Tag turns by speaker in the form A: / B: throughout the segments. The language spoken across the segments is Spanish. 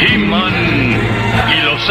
A: He-Man y los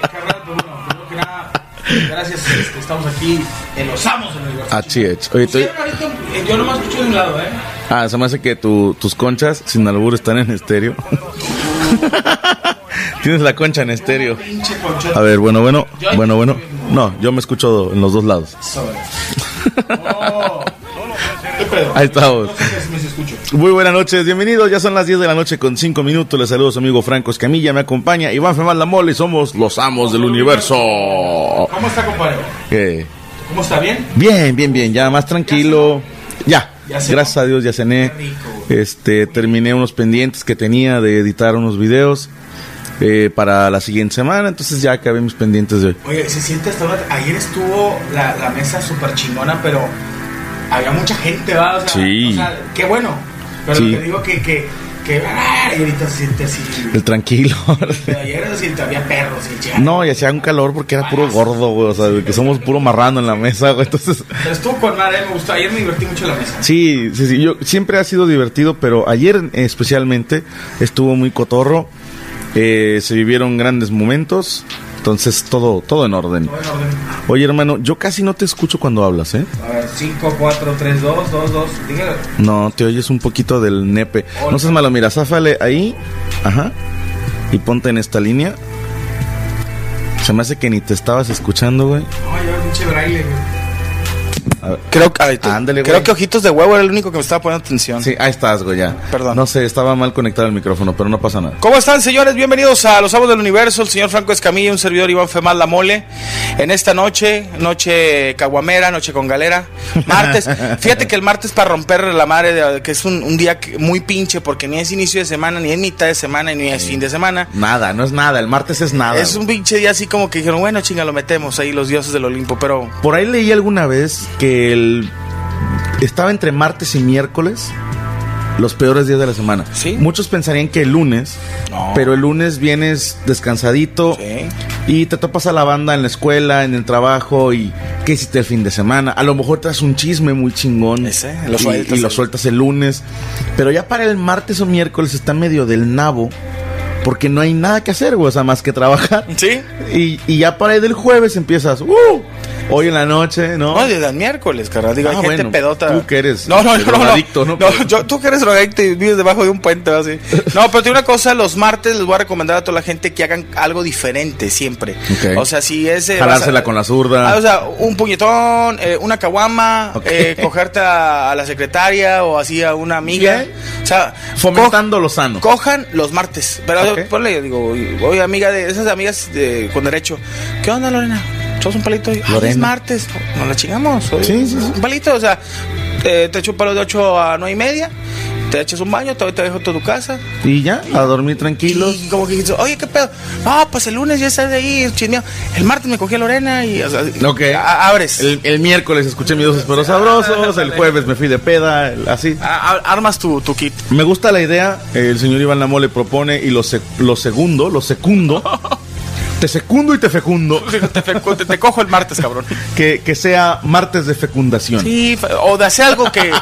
B: carnal? Pues bueno, primero que nada, gracias. este, estamos aquí en Los Amos del Universo.
C: Así es. Oye, estoy-
B: Ustedes ahorita, eh, yo nomás escucho de un lado, ¿eh?
C: Ah, se me hace que tu- tus conchas sin albur están en estéreo. Tienes la concha en estéreo.
B: Pinche conchota.
C: A ver, bueno, bueno, bueno, bueno. No, yo me escucho en los dos lados.
B: Sobre. Oh. ¿Qué pedo?
C: Ahí estamos.
B: Entonces, me escucho.
C: Muy buenas noches, bienvenidos. Ya son las 10 de la noche con 5 minutos. Les saludo a su amigo Franco Escamilla. Me acompaña Iván Femal La Mole y somos los amos del universo.
B: ¿Cómo está, compadre?
C: Eh,
B: ¿Cómo está? ¿Bien?
C: Bien, bien, bien. Ya más tranquilo. Ya.
B: Ya cenó.
C: Gracias a Dios ya cené.
B: Qué rico, güey.
C: Este, terminé unos pendientes que tenía de editar unos videos eh, para la siguiente semana. Entonces ya acabé mis pendientes de hoy.
B: Oye, se siente hasta ahora. Ayer estuvo la, la mesa súper chingona, pero había mucha gente, ¿va? O sea,
C: Sí.
B: o sea, qué bueno. Pero
C: Sí.
B: te digo que. que, que ah, y ahorita se siente así.
C: El tranquilo.
B: Pero ayer se siente, había perros y ya.
C: no, y hacía un calor porque era puro gordo, güey. O sea, de que somos puro marrano en la mesa, güey. Entonces,
B: Pero estuvo con madre, me gustó. Ayer me divertí mucho la mesa.
C: sí, sí, sí. Yo, siempre ha sido divertido, pero ayer especialmente estuvo muy cotorro. Eh, se vivieron grandes momentos. Entonces, todo, todo en orden.
B: Todo en orden.
C: Oye, hermano, yo casi no te escucho cuando hablas, ¿eh?
B: A ver, 5, 4, 3, 2, 2, 2. Dígalo.
C: No, te oyes un poquito del nepe. No seas malo, mira, záfale ahí. Ajá. Y ponte en esta línea. Se me hace que ni te estabas escuchando, güey.
B: No, yo pinche braille, güey.
D: Creo que, ay, tú-
C: Ándale, güey.
D: creo que Ojitos de Huevo era el único que me estaba poniendo atención.
C: Sí, ahí estás, güey, ya.
D: Perdón.
C: No sé, estaba mal conectado el micrófono, pero no pasa nada.
D: ¿Cómo están, señores? Bienvenidos a Los Amos del Universo, el señor Franco Escamilla, un servidor Iván Femal La Mole. En esta noche, noche caguamera, noche con galera, martes. Fíjate que el martes para romper la madre, de- que es un, un día que- muy pinche, porque ni es inicio de semana, ni es mitad de semana, ni es fin de semana.
C: Nada, no es nada. El martes es nada.
D: Es un pinche día así como que dijeron, bueno, chinga, lo metemos ahí los dioses del Olimpo, pero
C: Por ahí leí alguna vez que el... estaba entre martes y miércoles los peores días de la semana.
D: Sí.
C: Muchos pensarían que el lunes,
D: No.
C: pero el lunes vienes descansadito
D: Sí.
C: y te topas a la banda en la escuela, en el trabajo y qué hiciste el fin de semana. A lo mejor te das un chisme muy chingón
D: Ese, lo
C: y-
D: sueltas
C: y lo
D: el-
C: sueltas el lunes, pero ya para el martes o miércoles está medio del nabo. Porque no hay nada que hacer, güey, o sea, más que trabajar.
D: Sí.
C: Y, y ya para ahí del jueves empiezas, ¡uh! Hoy en la noche, ¿no?
D: No, desde el miércoles, carnal. Digo,
C: Ah,
D: hay gente
C: bueno,
D: pedota.
C: tú que eres
D: No, no, yo no, no.
C: drogadicto, ¿no?
D: no. yo, tú que eres drogadicto y vives debajo de un puente, ¿no? así. No, pero tiene una cosa, los martes les voy a recomendar a toda la gente que hagan algo diferente siempre.
C: Ok.
D: O sea, si es... eh,
C: Jalársela
D: vas a-
C: con la zurda.
D: Ah, o sea, un puñetón, eh, una caguama,
C: Ok.
D: eh, cogerte a, a la secretaria o así a una amiga.
C: Bien.
D: O sea,
C: Fomentando lo sano.
D: Cojan los martes. Pero
C: Ok.
D: yo ponle, digo, oye, amiga de esas amigas de- con derecho. ¿Qué onda, Lorena? ¿Sos un palito? Ay,
C: Lorena.
D: es martes. Nos la chingamos. oye.
C: Sí, sí, sí.
D: Un palito, o sea, eh, te echo un palo de 8 a 9 y media. Te echas un baño, te, te dejo toda tu casa.
C: Y ya, a dormir tranquilos.
D: Y como que dices, oye, ¿qué pedo? Ah, pues el lunes ya estás de ahí, chismeado. El martes me cogí a Lorena y, o sea,
C: Ok.
D: a- abres.
C: El, el miércoles escuché mis dos esperos sabrosos, el jueves me fui de peda, el- así.
D: A- a- armas tu, tu kit.
C: Me gusta la idea, el señor Iván Lamo le propone y lo, sec- lo segundo, lo secundo, te secundo y te fecundo,
D: Te, te- te cojo el martes, cabrón.
C: que, que sea martes de fecundación.
D: Sí, fa- o de hacer algo que.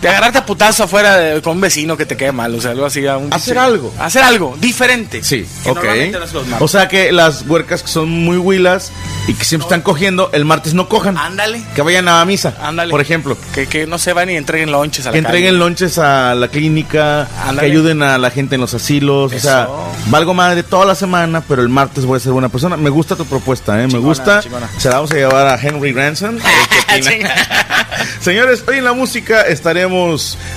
D: De agarrarte a putazo afuera de- con un vecino que te quede mal, o sea, algo así. a un-
C: Hacer algo.
D: Hacer algo, diferente.
C: Sí,
D: Que
C: ok.
D: normalmente no se los martes.
C: O sea que las huercas que son muy huilas y que siempre están cogiendo, el martes no cojan.
D: ándale,
C: Que vayan a misa,
D: ándale.
C: por ejemplo.
D: Que, que no se van y entreguen lonches a la
C: Que entreguen
D: calle.
C: lonches a la clínica,
D: Ándale.
C: que ayuden a la gente en los asilos.
D: Eso.
C: O sea, valgo madre toda la semana, pero el martes voy a ser buena persona. Me gusta tu propuesta, ¿eh? Me
D: Chingona,
C: gusta.
D: chingona.
C: Se la vamos a llevar a Henry Ransom. a ver qué opina. Señores, hoy en la música estaremos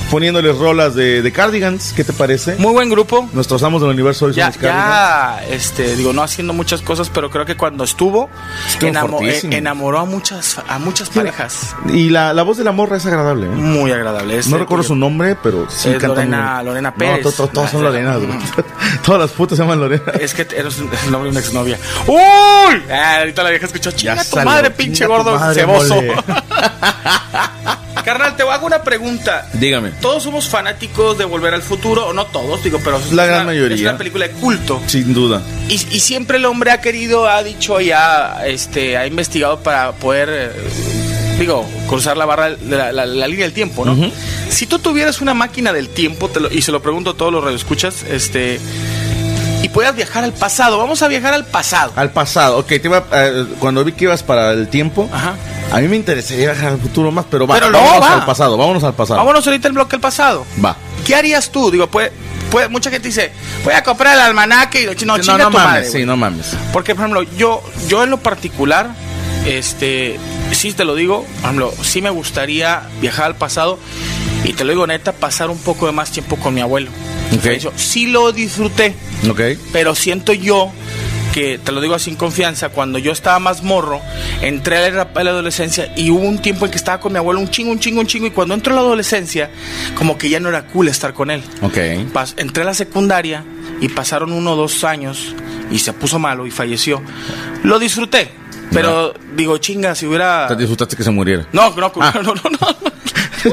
C: poniéndoles rolas de, de Cardigans. ¿Qué te parece?
D: Muy buen grupo.
C: Nuestros amos del universo hoy son
D: Ya,
C: los Cardigans.
D: ya, este, digo, no haciendo muchas cosas, pero creo que cuando estuvo,
C: Estuvo
D: enamo-
C: fortísimo.
D: eh, enamoró a muchas, a muchas
C: Sí, la-
D: parejas.
C: Y la, la voz de la morra es agradable, ¿eh?
D: Muy agradable. Este
C: No recuerdo su nombre, pero sí
D: Es
C: cantan
D: Lorena-
C: muy bien.
D: Lorena
C: No,
D: Pérez. Mm.
C: to- to- todas son
D: La-
C: Lorena, güey. Todas las putas se llaman Lorena.
D: Es que eres un- el nombre de una exnovia. ¡Uy! Ah, ahorita la vieja escuchó. Chinga tu
C: salió,
D: madre,
C: chinga
D: pinche
C: tu
D: gordo
C: madre,
D: ceboso.
C: mole.
D: Carnal, te hago una pregunta.
C: Dígame.
D: Todos somos fanáticos de Volver al Futuro, o no todos, digo, pero es
C: La gran
D: una-
C: mayoría.
D: Es una película de culto.
C: Sin duda.
D: Y, y siempre el hombre ha querido, ha dicho y ha, este, ha investigado para poder, eh, digo, cruzar la barra, la, la- la línea del tiempo, ¿no? Si tú tuvieras una máquina del tiempo, te lo- y se lo pregunto a todos los radioescuchas, este, y puedas viajar al pasado, vamos a viajar al pasado.
C: Al pasado, ok, te iba, eh, cuando vi que ibas para el tiempo,
D: Ajá.
C: a mí me interesaría viajar al futuro más, pero va,
D: Pero no,
C: vámonos
D: va.
C: al pasado, vámonos al pasado.
D: Vámonos ahorita al bloque al pasado.
C: Va.
D: ¿Qué harías tú? Digo, pues, pues mucha gente dice, voy a comprar el almanaque y no, chinga
C: no, no
D: tu
C: mames,
D: madre, güey.
C: sí, no mames.
D: Porque, por ejemplo, yo, yo en lo particular, este, sí te lo digo, por ejemplo, sí me gustaría viajar al pasado y te lo digo neta, pasar un poco de más tiempo con mi abuelo.
C: Ok.
D: De hecho, sí lo disfruté,
C: Ok.
D: pero siento yo que, te lo digo sin confianza, cuando yo estaba más morro, entré a la, a la adolescencia y hubo un tiempo en que estaba con mi abuelo un chingo, un chingo, un chingo, y cuando entró a la adolescencia, como que ya no era cool estar con él.
C: Ok.
D: Pas- entré a la secundaria y pasaron uno o dos años y se puso malo y falleció. Lo disfruté, pero digo, chinga, si hubiera...
C: Te disfrutaste que se muriera.
D: No, no,
C: Ah.
D: no, no, no.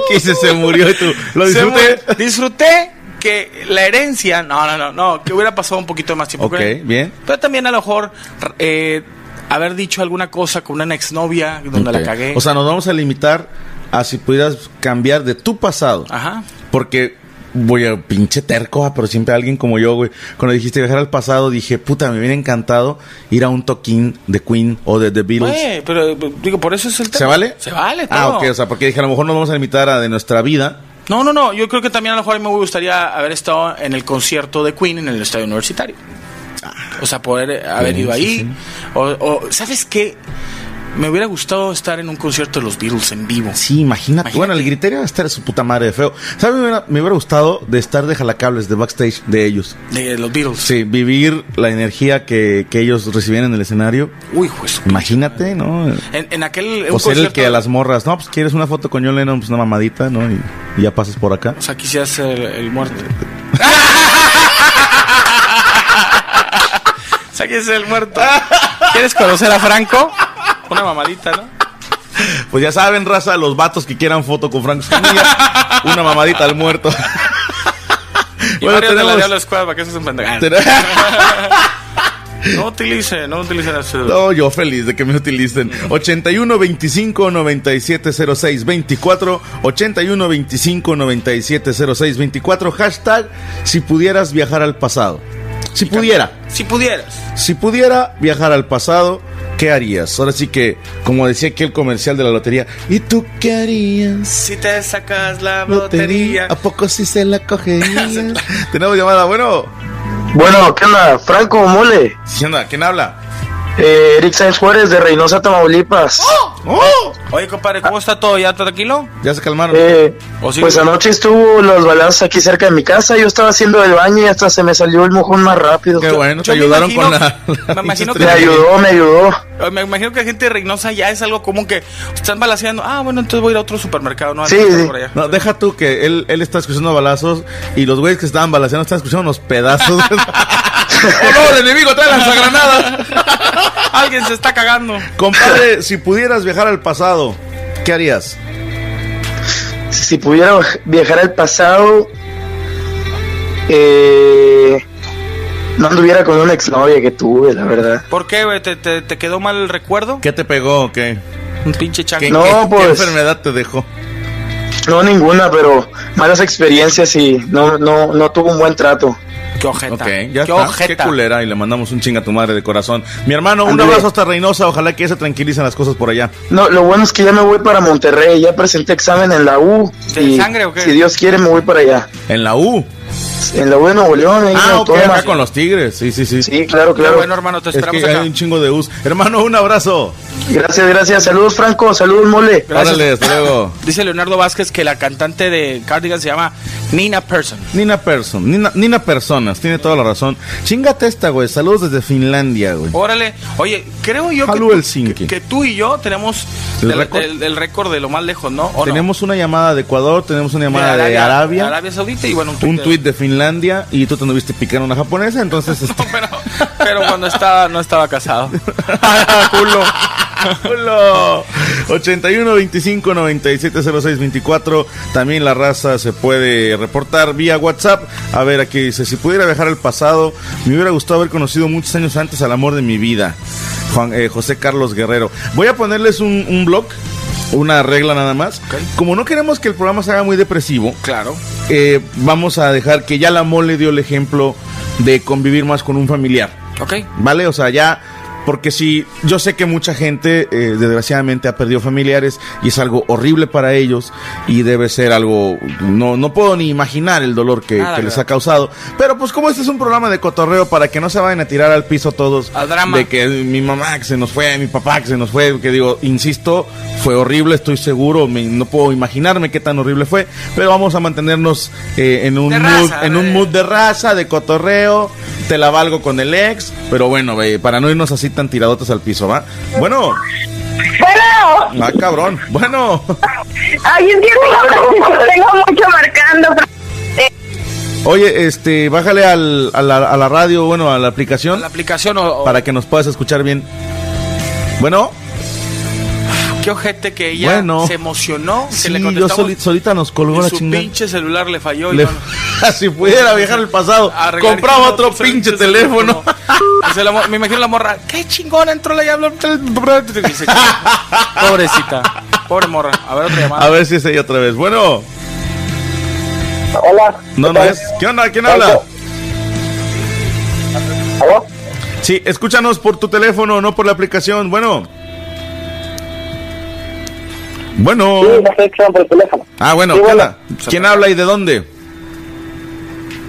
C: que se, se murió y tú lo
D: Se
C: disfruté.
D: mu- disfruté que la herencia, no, no, no, no, que hubiera pasado un poquito más tiempo.
C: Ok,
D: con él.
C: bien.
D: Pero también a lo mejor eh, haber dicho alguna cosa con una exnovia donde
C: Ok.
D: la cagué.
C: O sea, nos vamos a limitar a si pudieras cambiar de tu pasado.
D: Ajá.
C: Porque voy a pinche terco, ah, pero siempre alguien como yo, güey. Cuando dijiste viajar al pasado, dije, puta, me hubiera encantado ir a un toquín de Queen o de The Beatles.
D: Güey, pero eh, digo, por eso es el tema.
C: ¿Se vale?
D: Se vale,
C: Ah,
D: todo.
C: ok, o sea, porque dije, a lo mejor nos vamos a limitar a de nuestra vida.
D: No, no, no. Yo creo que también a lo mejor me gustaría haber estado en el concierto de Queen en el estadio universitario. O sea, poder eh, haber
C: sí,
D: ido
C: sí,
D: ahí.
C: sí.
D: O, o, ¿sabes qué? Me hubiera gustado estar en un concierto de los Beatles en vivo.
C: Sí, imagínate.
D: Imagínate.
C: Bueno, el griterio va a estar de su puta madre de feo. ¿Sabes? Me hubiera, me hubiera gustado de estar de jalacables, de backstage de ellos.
D: De los Beatles.
C: Sí, vivir la energía que, que ellos recibían en el escenario.
D: Uy, pues.
C: Imagínate, ¿no?
D: En, en aquel. un
C: O ser Pues el
D: concierto-
C: que a las morras, no, pues quieres una foto con John Lennon, pues una mamadita, ¿no? Y, y ya pasas por acá.
D: O sea, quisiera ser el, el muerto. o sea, quisiera ser el muerto. ¿Quieres conocer a Franco? Una mamadita, ¿no?
C: Pues ya saben, raza, los vatos que quieran foto con Franco Escamilla, una mamadita al muerto.
D: Y
C: Bueno,
D: varios de la
C: tenemos-
D: Diablo Squad, ¿para qué se hacen pendejadas? No utilicen, no utilicen las
C: No, yo feliz de que me utilicen. 81 25 97 06 24. 81 25 97 06 24. Hashtag si pudieras viajar al pasado. Si pudiera,
D: Si pudieras.
C: si pudiera viajar al pasado, ¿qué harías? Ahora sí que, como decía aquí el comercial de la lotería, ¿y tú qué harías?
D: Si te sacas la
C: Lotería,
D: lotería.
C: ¿a poco sí se la cogerías? Tenemos llamada, bueno.
E: Bueno, ¿qué onda? Franco Mole,
C: ¿Sí onda? ¿Quién habla?
E: eh, Eric Sáenz Juárez de Reynosa, Tamaulipas.
C: ¡Oh!
D: Oye, compadre, ¿cómo está todo? ¿Ya todo tranquilo?
C: Ya se calmaron.
E: Eh,
C: Oh,
D: ¿O sí?
E: pues anoche estuvo los balazos aquí cerca de mi casa, yo estaba haciendo el baño y hasta se me salió el mojón más rápido.
C: Qué bueno, te
D: Yo me
C: ayudaron
D: imagino-
C: con la. la
D: me imagino que-
E: Me
C: industria.
E: ayudó, me ayudó.
D: Eh, Me imagino que la gente de Reynosa ya es algo común que están balaseando. Ah, bueno, entonces voy a ir a otro supermercado, ¿no?
E: Sí,
D: Antes de
E: sí.
D: estar allá.
C: No, deja tú que él, él está escuchando balazos y los güeyes que estaban balaseando están escuchando unos pedazos. ¡Oh, no! ¡El enemigo trae lanzagranadas!
D: Alguien se está cagando.
C: Compadre, si pudieras viajar al pasado, ¿qué harías?
E: Si pudiera viajar al pasado, eh, no anduviera con una exnovia que tuve, la verdad.
D: ¿Por qué, güey? ¿Te, te, te quedó mal el recuerdo?
C: ¿Qué te pegó o qué?
D: Un pinche chango.
C: ¿Qué,
E: No,
C: qué-
E: pues.
C: ¿Qué enfermedad te dejó?
E: No ninguna, pero malas experiencias y no, no, no tuvo un buen trato.
D: Qué ojeta.
C: Ok, ya
D: qué
C: está. Qué
D: ojeta.
C: culera. Y le mandamos un chinga a tu madre de corazón. Mi hermano, un
E: Ándale.
C: abrazo hasta Reynosa. Ojalá que ya se tranquilicen las cosas por allá.
E: No, lo bueno es que ya me voy para Monterrey, ya presenté examen en la U.
D: ¿De sangre o qué?
E: Si Dios quiere me voy para allá.
C: En la U.
E: En la U de Nuevo León, ahí en
C: Ah, ok,
E: Autónoma.
C: acá con los tigres. Sí, sí, sí.
E: Sí, claro,
D: Pero
E: claro.
D: bueno, hermano, te
C: Es que
D: esperamos
C: hay
D: acá.
C: un chingo de U's. Hermano, un abrazo.
E: Gracias, gracias. Saludos, Franco. Saludos, Mole.
D: Gracias.
C: Órale, hasta luego.
D: Dice Leonardo Vázquez que la cantante de Cardigan se llama Nina Person.
C: Nina Person, Nina, Nina Personas, tiene toda la razón. Chingate esta, güey. Saludos desde Finlandia, güey.
D: Órale, oye, creo yo que
C: Halo
D: tú, que,
C: Helsinki.
D: que tú y yo tenemos
C: ¿El
D: del-
C: récord?
D: el el récord de lo más lejos, Oh, ¿no? ¿O no?
C: Tenemos una llamada de Ecuador, tenemos una
D: De
C: llamada de Arabia,
D: Arabia Saudita y bueno, un tuit.
C: un
D: de-
C: tuit de Finlandia y tú te anduviste picando una japonesa, entonces este,
D: Pero, pero cuando estaba, no estaba casado. Culo.
C: Hola. 81 25 97 06 24. También la raza se puede reportar vía WhatsApp. A ver, aquí dice: Si pudiera viajar al pasado, me hubiera gustado haber conocido muchos años antes al amor de mi vida. Juan, eh, José Carlos Guerrero. Voy a ponerles un, un blog, una regla nada más. Como no queremos que el programa se haga muy depresivo,
D: Claro.
C: eh, vamos a dejar que ya la mole dio el ejemplo de convivir más con un familiar.
D: Ok.
C: ¿Vale? O sea, ya. Porque si yo sé que mucha gente, eh, desgraciadamente, ha perdido familiares y es algo horrible para ellos y debe ser algo. No, no puedo ni imaginar el dolor que,
D: Nada,
C: que les
D: ¿verdad?
C: ha causado. Pero pues, como este es un programa de cotorreo para que no se vayan a tirar al piso todos.
D: Al drama.
C: De que mi mamá que se nos fue, mi papá que se nos fue, que digo, insisto, fue horrible, estoy seguro, me- no puedo imaginarme qué tan horrible fue. Pero vamos a mantenernos eh, en un
D: De
C: mood,
D: raza,
C: en
D: de-
C: un mood de raza, de cotorreo, te la valgo con el ex, pero bueno, ve, para no irnos así tan tiradotas al piso, ¿va? Bueno,
F: Bueno,
C: ah, cabrón, bueno,
F: ay, es que tengo, tengo mucho marcando.
C: oye, este, bájale al, a, la, a la radio, bueno, a la aplicación,
D: La aplicación o, o-
C: para que nos puedas escuchar bien. Bueno,
D: qué ojete que ella
C: Bueno.
D: se emocionó que
C: sí,
D: le
C: yo
D: contestamos
C: soli- solita nos colgó
D: y
C: la
D: su
C: chingada.
D: pinche celular le falló y
C: Le-
D: no-
C: si pudiera viajar al pasado,
D: Arreglar
C: compraba
D: con
C: otro pinche teléfono.
D: O sea, la mo- me imagino la morra, qué chingona entró la llave. Y se- Pobrecita. Pobre morra. A ver otra llamada.
C: A ver si es ella otra vez. Bueno,
F: Hola.
C: no, no es. ¿Qué onda? ¿Quién habla?
F: ¿Aló?
C: Sí, escúchanos por tu teléfono, no por la aplicación. Bueno. Bueno.
F: Sí, la estoy escuchando por el teléfono.
C: Ah, bueno,
F: Sí,
C: ¿qué
F: bueno.
C: onda? ¿quién habla y de dónde?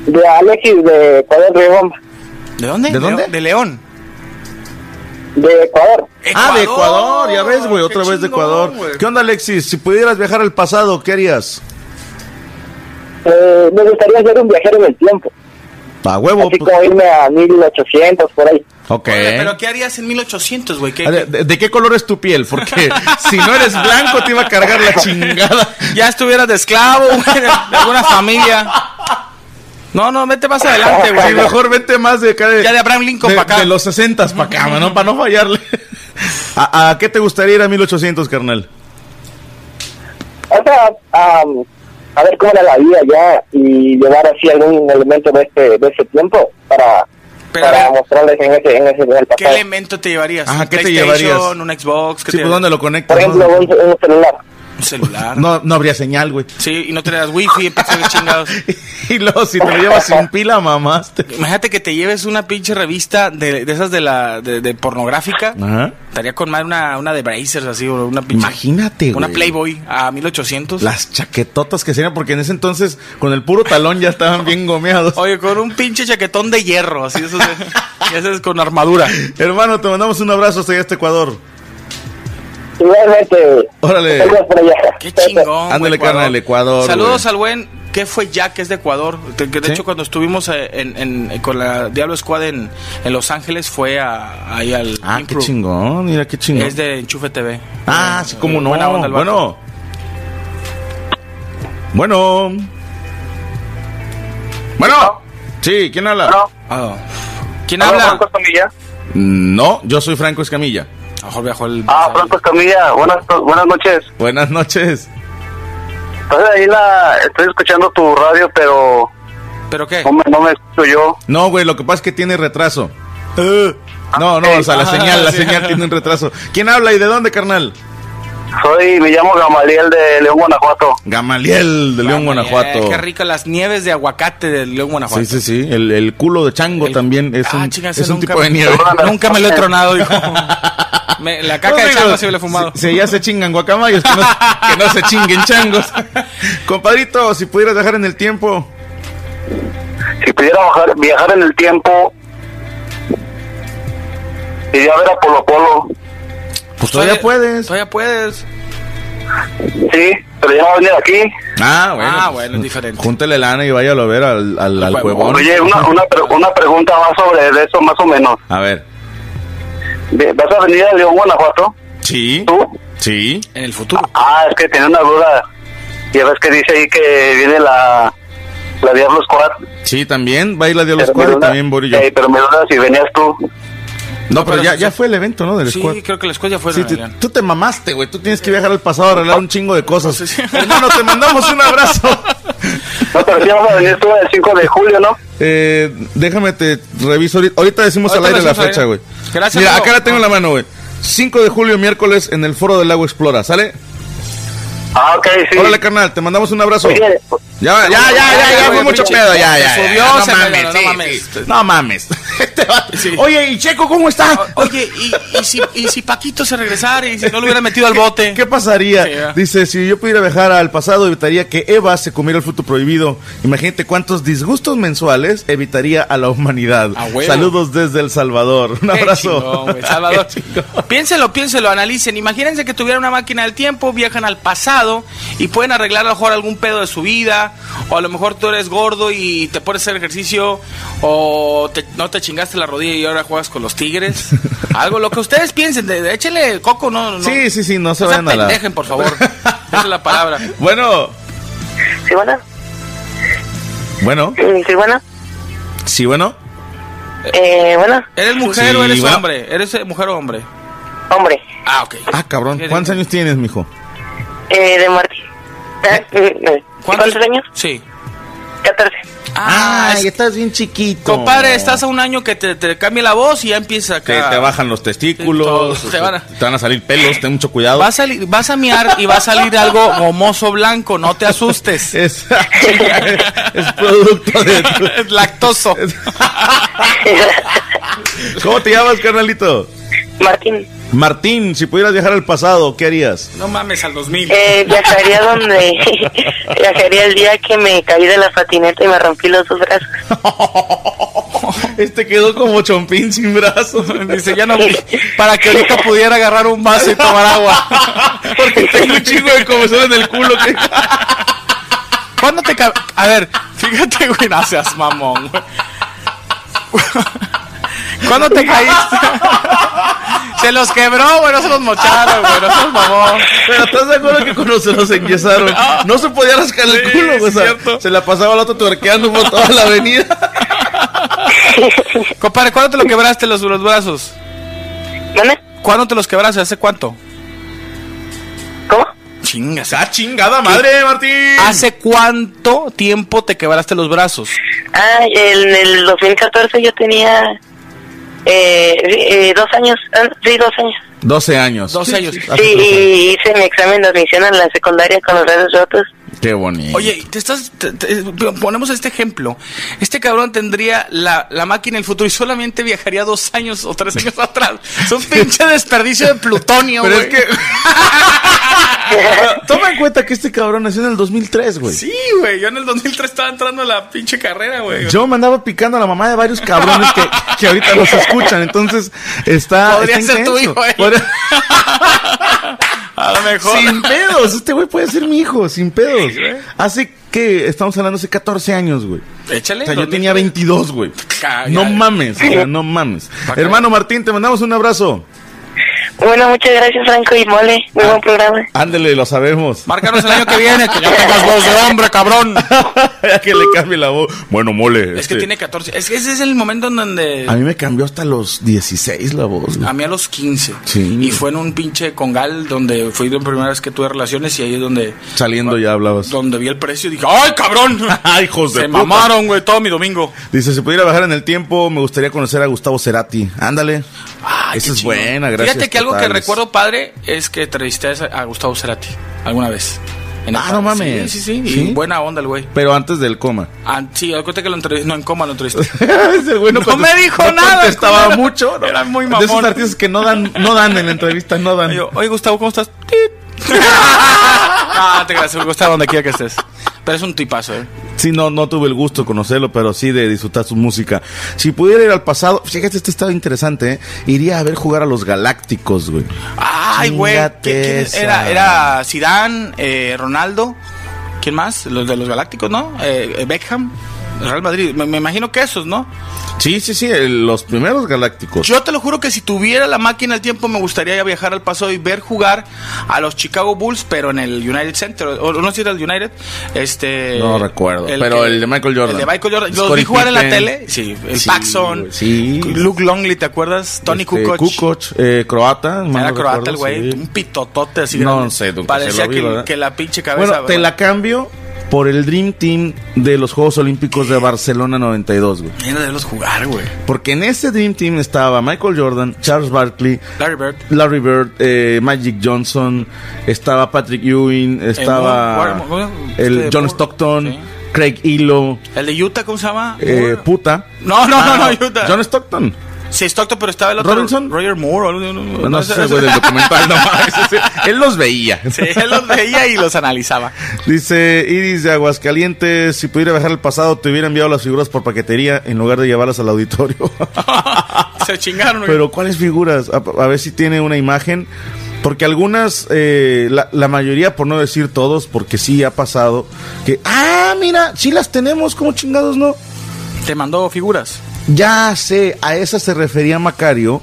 F: De Alexis de Ecuador Riobamba.
D: ¿De dónde?
C: ¿De dónde?
D: De León.
F: De Ecuador.
C: Ah, de Ecuador, ya ves, güey,
D: Qué
C: otra vez
D: chingón,
C: de Ecuador.
D: güey.
C: ¿Qué onda, Alexis? Si pudieras viajar al pasado, ¿qué harías?
F: Eh, me gustaría ser un viajero en el tiempo.
C: A huevo.
F: Así
C: pues.
F: como irme a 1800 por ahí.
C: Ok.
D: Oye, Pero ¿qué harías en 1800, güey? ¿Qué-
C: A ver, ¿De, de qué color es tu piel? Porque si no eres blanco te iba a cargar la chingada.
D: Ya estuvieras de esclavo, güey, de, de alguna familia. No, no, vete más adelante, güey.
C: Sí, mejor vete más de acá de,
D: Ya de Abraham Lincoln
C: de-
D: pa' acá.
C: De los 60 para acá, mano, para no fallarle. ¿A, a qué te gustaría ir a 1800, carnal?
F: O sea, am, a ver cómo era la vida ya y llevar así algún elemento de este de ese tiempo para,
D: Pero, a
F: para
D: ver.
F: mostrarles en ese, en ese en el
D: ¿Qué
F: pasado.
D: elemento te llevarías?
C: Ajá,
D: ¿Un
C: ¿qué te
D: PlayStation,
C: llevarías?
D: ¿Un Xbox? ¿Qué
C: Sí,
D: te
C: pues dónde lo conectas.
F: Por ejemplo,
C: no?
F: un, un celular.
D: Un Un celular.
C: No, no habría señal, güey.
D: Sí, y no tenías wifi, empezó chingados.
C: Y luego, si te lo llevas sin pila, mamaste.
D: Imagínate que te lleves una pinche revista de, de esas de la de, de pornográfica.
C: Ajá.
D: Estaría con más una, una de Brazers, así, o una pinche.
C: Imagínate, güey.
D: Una Playboy a 1800.
C: Las chaquetotas que serían, porque en ese entonces, con el puro talón ya estaban bien gomeados.
D: Oye, con un pinche chaquetón de hierro, así, eso es con armadura.
C: Hermano, te mandamos un abrazo hasta allá hasta Ecuador.
F: Igualmente.
C: Órale.
F: saludos por allá.
D: Qué chingón. güey,
C: Ándale,
D: Ecuador.
C: carnal, Ecuador,
D: Saludos
C: güey.
D: al buen. ¿Qué fue Jack? Es de Ecuador. De, que de
C: Sí.
D: hecho, cuando estuvimos eh, en, en- con la Diablo Squad en, en Los Ángeles, fue a, ahí al.
C: Ah, qué
D: Improv.
C: chingón, mira qué chingón.
D: Es de Enchufe TV.
C: Ah, sí, cómo no.
D: Buena onda el vato.
C: Bueno. Bueno. Bueno. Sí, ¿quién habla?
D: Ah. ¿Quién
F: Hola,
D: habla?
F: Franco Escamilla.
C: No, yo soy Franco Escamilla.
D: A lo mejor viajó el.
F: Ah, Franco Escamilla, buenas, buenas noches.
C: Buenas noches.
F: Entonces ahí la estoy escuchando tu radio, pero
D: ¿Pero qué?
F: no me, no me escucho yo.
C: No, güey, lo que pasa es que tiene retraso. No, no, o sea, la
D: Eh. Ah,
C: señal, la
D: sí.
C: señal tiene un retraso. ¿Llén habla y de dónde, carnal?
F: Soy, me llamo Gamaliel de León, Guanajuato.
C: Gamaliel de León,
D: Ah,
C: Guanajuato.
D: eh, Qué rica las nieves de aguacate de León, Guanajuato.
C: Sí, sí, sí. El, el culo de chango
D: El-
C: también es
D: Ah,
C: un,
D: chinga, ese
C: es un
D: nunca-
C: tipo de nieve.
D: Nunca me lo he tronado, dijo. Me- la caca de chango se le he fumado.
C: Si, si ya se chingan guacamayos, que no, que no se chinguen changos. Compadrito, si pudieras dejar en el tiempo.
F: Si pudiera bajar- viajar en el tiempo, iría a ver a Polo Polo.
C: Pues todavía puedes.
D: Todavía puedes.
F: Sí, pero ya va a venir aquí.
C: Ah,
D: Ah,
C: pues,
D: bueno, es diferente.
C: Júntele lana y váyalo a ver al, al, al
D: Huevón.
C: huevón.
F: Oye, una, una, pre- una pregunta más sobre de eso, más o menos.
C: A ver.
F: Ve- ¿Vas a venir a León, Guanajuato?
C: Sí.
F: ¿Tú?
C: Sí.
D: En el futuro.
F: Ah, es que tenía una duda. Ya ves que dice ahí que viene la, la Diablo Squad.
C: Sí, también. Baila de los
F: Pero mi
C: cuadros
F: duda-
C: también, Borillo. yo.
F: Ey, pero me duda si venías tú.
C: No, pero
D: pero
C: ya,
D: sí,
C: ya
D: sí.
C: fue el evento, ¿no? Del
D: Sí,
C: squad.
D: creo que la escuela ya fue.
C: Sí,
D: don
C: te-
D: Adrián.
C: tú te mamaste, güey. Tú tienes que viajar al pasado a arreglar un chingo de cosas.
D: Sí, sí.
C: Hermano, te mandamos un abrazo.
F: No, pero sí vas a venir tú el 5 de julio, ¿no?
C: Eh, déjame te reviso ahorita. Ahorita decimos
D: Ahorita
C: al aire la
D: decimos al
C: fecha,
D: aire.
C: güey.
D: Gracias,
C: Mira,
D: amigo.
C: acá la tengo en la mano, güey. 5 de julio, miércoles, en el foro del lago Explora, ¿sale?
F: Ah, ok, sí.
C: Órale, carnal, te mandamos un abrazo.
F: Oye,
C: Ya, ya, ya, ya, ya,
D: Oye,
C: fue
D: oye,
C: mucho
D: pinche-
C: pedo, ya, ya.
D: se
C: ya,
D: subió,
C: ya,
D: se
C: no
D: me- no
C: mames.
D: mames.
C: sí, sí, No mames. Este vato- Oye, ¿y Checo cómo está?
D: O- Oye, y, y si, y si Paquito se regresara y si no lo hubiera metido al bote.
C: ¿Qué pasaría?
D: Sí, ya.
C: Dice, si yo pudiera viajar al pasado, evitaría que Eva se comiera el fruto prohibido. Imagínate cuántos disgustos mensuales evitaría a la humanidad.
D: A huevo.
C: Saludos desde El Salvador. Un
D: Qué
C: abrazo.
D: chingón, güey, Salvador.
C: Qué chingón.
D: Piénselo, piénselo, analicen. Imagínense que tuviera una máquina del tiempo, viajan al pasado y pueden arreglar a lo mejor algún pedo de su vida. O a lo mejor tú eres gordo y te pones a hacer ejercicio. O te- no te chingaste la rodilla y ahora juegas con los tigres. Algo, lo que ustedes piensen. de- de- échenle coco, no, no.
C: Sí, sí, sí, no se
D: No se
C: vayan a la...
D: pendejen, por favor. Esa es la palabra.
C: Bueno,
F: ¿Sí, bueno?
C: bueno,
F: ¿Sí, bueno?
C: sí, bueno.
F: Eh, bueno,
D: ¿Eres mujer
C: Sí,
D: o eres
C: bueno.
D: hombre? ¿Eres eh, mujer o hombre?
F: hombre,
D: Ah, ok.
C: Ah, cabrón, ¿cuántos años tienes, mijo?
F: eh, de Martín. Ah, eh,
D: Sí.
F: 14.
D: Ah, es-
C: estás bien chiquito.
D: Compadre, estás a un año que te, te cambie la voz y ya empiezas
C: Que
D: acá.
C: te bajan los testículos,
D: Sí, todo, te van a-
C: te van a salir pelos, ten mucho cuidado.
D: Vas a, li- vas a miar y va a salir algo gomoso blanco, no te asustes.
C: Es, es producto de...
D: Es lactoso.
C: ¿Cómo te llamas, carnalito?
F: Martín,
C: Martín, si pudieras viajar al pasado, ¿qué harías?
D: No mames al 2000.
F: eh, viajaría donde. viajaría el día que me caí de la patineta y me rompí los dos brazos.
C: Este quedó como chompín sin brazos.
D: Dice, ya no vi- Para que ahorita pudiera agarrar un vaso y tomar agua.
C: Porque tengo un chingo de comezón en el culo. que-
D: ¿Cuándo te ca- A ver, fíjate, güey, no seas mamón, güey. ¿Cuándo te caíste? Se los quebró, güey, no se los mocharon, güey, no seas mamón.
C: Pero ¿estás de acuerdo que cuando se los enyesaron? No se podía rascar el
D: Sí,
C: culo, güey. o
D: es
C: sea,
D: cierto.
C: se la pasaba al otro tuerqueando por toda la avenida.
D: Compadre, ¿cuándo te lo quebraste los, los brazos?
F: ¿Mande?
D: ¿Cuándo te los quebraste? ¿Hace cuánto?
F: ¿Cómo?
D: Chingas.
C: ¡Ah, chingada madre, Martín!
D: ¿Hace cuánto tiempo te quebraste los brazos?
F: Ah, en el 2014 yo tenía Eh, eh, dos años, an- sí, dos años.
C: 12 años.
D: 12
C: Sí,
D: años.
C: sí,
F: Sí,
C: hace dos años.
F: y hice mi examen de admisión en la secundaria con los redes rotos.
C: Qué bonito.
D: Oye, te estás, te- te- ponemos este ejemplo. Este cabrón tendría la, la máquina del futuro y solamente viajaría dos años o tres años atrás. Es un pinche desperdicio de plutonio,
C: Pero
D: güey.
C: es que. Toma en cuenta que este cabrón nació en el 2003, güey.
D: Sí, güey. Yo en el 2003 estaba entrando a la pinche carrera, güey.
C: Yo me andaba picando a la mamá de varios cabrones que, que ahorita los escuchan. Entonces, está.
D: Podría
C: está
D: ser tu
C: intenso.
D: hijo, eh.
C: Podría-
D: A lo mejor.
C: Sin pedos. Este güey puede ser mi hijo, sin pedos.
D: Sí, güey.
C: Hace que. Estamos hablando hace 14 años, güey.
D: Échale.
C: O sea, yo
D: 2003.
C: tenía 22, güey.
D: Ca-
C: No
D: ya.
C: mames, o sea, no mames.
D: Acá.
C: Hermano Martín, te mandamos un abrazo.
F: Bueno, muchas gracias, Franco y Mole. Muy buen programa.
C: Ándele, lo sabemos.
D: Márcanos el año que viene, que ya tengas voz de hombre, cabrón.
C: Este- Ya que le cambie la voz. Bueno, mole.
D: Es que
C: este,
D: tiene 14. Es que ese es el momento en donde.
C: A mí me cambió hasta los 16 la voz. güey.
D: A mí a los 15.
C: Sí.
D: Y fue en un pinche congal donde fui la primera vez que tuve relaciones y ahí es donde.
C: Saliendo ya hablabas.
D: Donde vi el precio y dije, ¡ay, cabrón!
C: Ay, hijos de
D: Se
C: puta.
D: mamaron, güey, todo mi domingo.
C: Dice, si pudiera bajar en el tiempo, me gustaría conocer a Gustavo Cerati. Ándale.
D: Ay,
C: Esa
D: qué
C: es
D: chingón.
C: buena, gracias.
D: Fíjate que algo que
C: totales.
D: recuerdo, padre, es que entrevisté a a Gustavo Cerati alguna vez. En el
C: Ah,
D: padre.
C: no mames.
D: Sí, sí, sí. y
C: ¿Sí?
D: buena onda el güey.
C: Pero antes del coma.
D: Ah, sí, cuenta que lo entrevisté, no en coma lo entrevisté.
C: Ese güey
D: No
C: contest-
D: me dijo nada,
C: Contestaba
D: culero.
C: mucho. ¿no?
D: Era muy
C: De
D: mamón.
C: esos artistas que no dan, no dan en la entrevista, no dan.
D: Y yo, oye Gustavo, ¿cómo estás? Tit. ah, te gracias, Gustavo, donde quiera que estés. Pero es un tipazo, eh.
C: Sí, no, no tuve el gusto de conocerlo, pero sí de disfrutar su música. Si pudiera ir al pasado, fíjate, este estaba interesante, ¿eh? Iría a ver jugar a los Galácticos, güey.
D: Ay, güey. ¿qui-
C: Chíngate
D: quién es?
C: esa.
D: Era, era Zidane, eh, Ronaldo. ¿Quién más? Los de los Galácticos, ¿no? Eh, eh, Beckham, Real Madrid. Me, me imagino que esos, ¿no?
C: Sí, sí, sí, el- los primeros Galácticos.
D: Yo te lo juro que si tuviera la máquina del tiempo me gustaría ya viajar al pasado y ver jugar a los Chicago Bulls, pero en el United Center. O, o no sé si era el United. Este,
C: No recuerdo, pero el de Michael Jordan.
D: El de Michael Jordan. Los
C: Scottie
D: vi jugar en la
C: Pippen.
D: tele. Sí, el
C: Sí,
D: Paxson.
C: güey, sí.
D: Luke Longley, ¿te acuerdas? Tony
C: Este,
D: Kukoc.
C: eh, croata. mal
D: Era
C: no
D: croata
C: recuerdo,
D: el güey,
C: sí.
D: un pitotote así
C: No
D: grande.
C: sé, nunca se
D: Parecía
C: lo vi,
D: que,
C: ¿verdad?
D: que la pinche cabeza.
C: Bueno, te la cambio por el Dream Team de los Juegos Olímpicos de Barcelona 92, güey.
D: Mira de los jugar, güey.
C: Porque en ese Dream Team estaba Michael Jordan, Charles Barkley,
D: Larry Bird.
C: Larry Bird, eh, Magic Johnson, estaba Patrick Ewing,
D: Eh, Moore- Moore-
C: estaba
D: Moore-
C: el
D: este,
C: John
D: Moore,
C: Stockton,
D: sí.
C: Craig Hilo,
D: El de Utah, ¿cómo se llama?
C: eh,
D: Moore.
C: puta.
D: no, no, no, no,
C: Ah,
D: Utah.
C: John Stockton.
D: Sí, Stockton, pero estaba el otro.
C: ¿Robinson?
D: Roger Moore. o algo, no, no,
C: No,
D: no,
C: sé,
D: ese-
C: güey, del documental, no mames, ese- Él los veía.
D: Sí, él los veía y los analizaba.
C: Dice Iris de Aguascalientes, si pudiera bajar el pasado, te hubiera enviado las figuras por paquetería en lugar de llevarlas al auditorio.
D: se chingaron. güey.
C: Pero ¿cuáles figuras? A, a ver si tiene una imagen. Porque algunas, eh, la, la mayoría, por no decir todos, porque sí ha pasado, que, ah, mira, sí las tenemos, como chingados, ¿no?
D: Te mandó figuras.
C: Ya sé, a esa se refería Macario,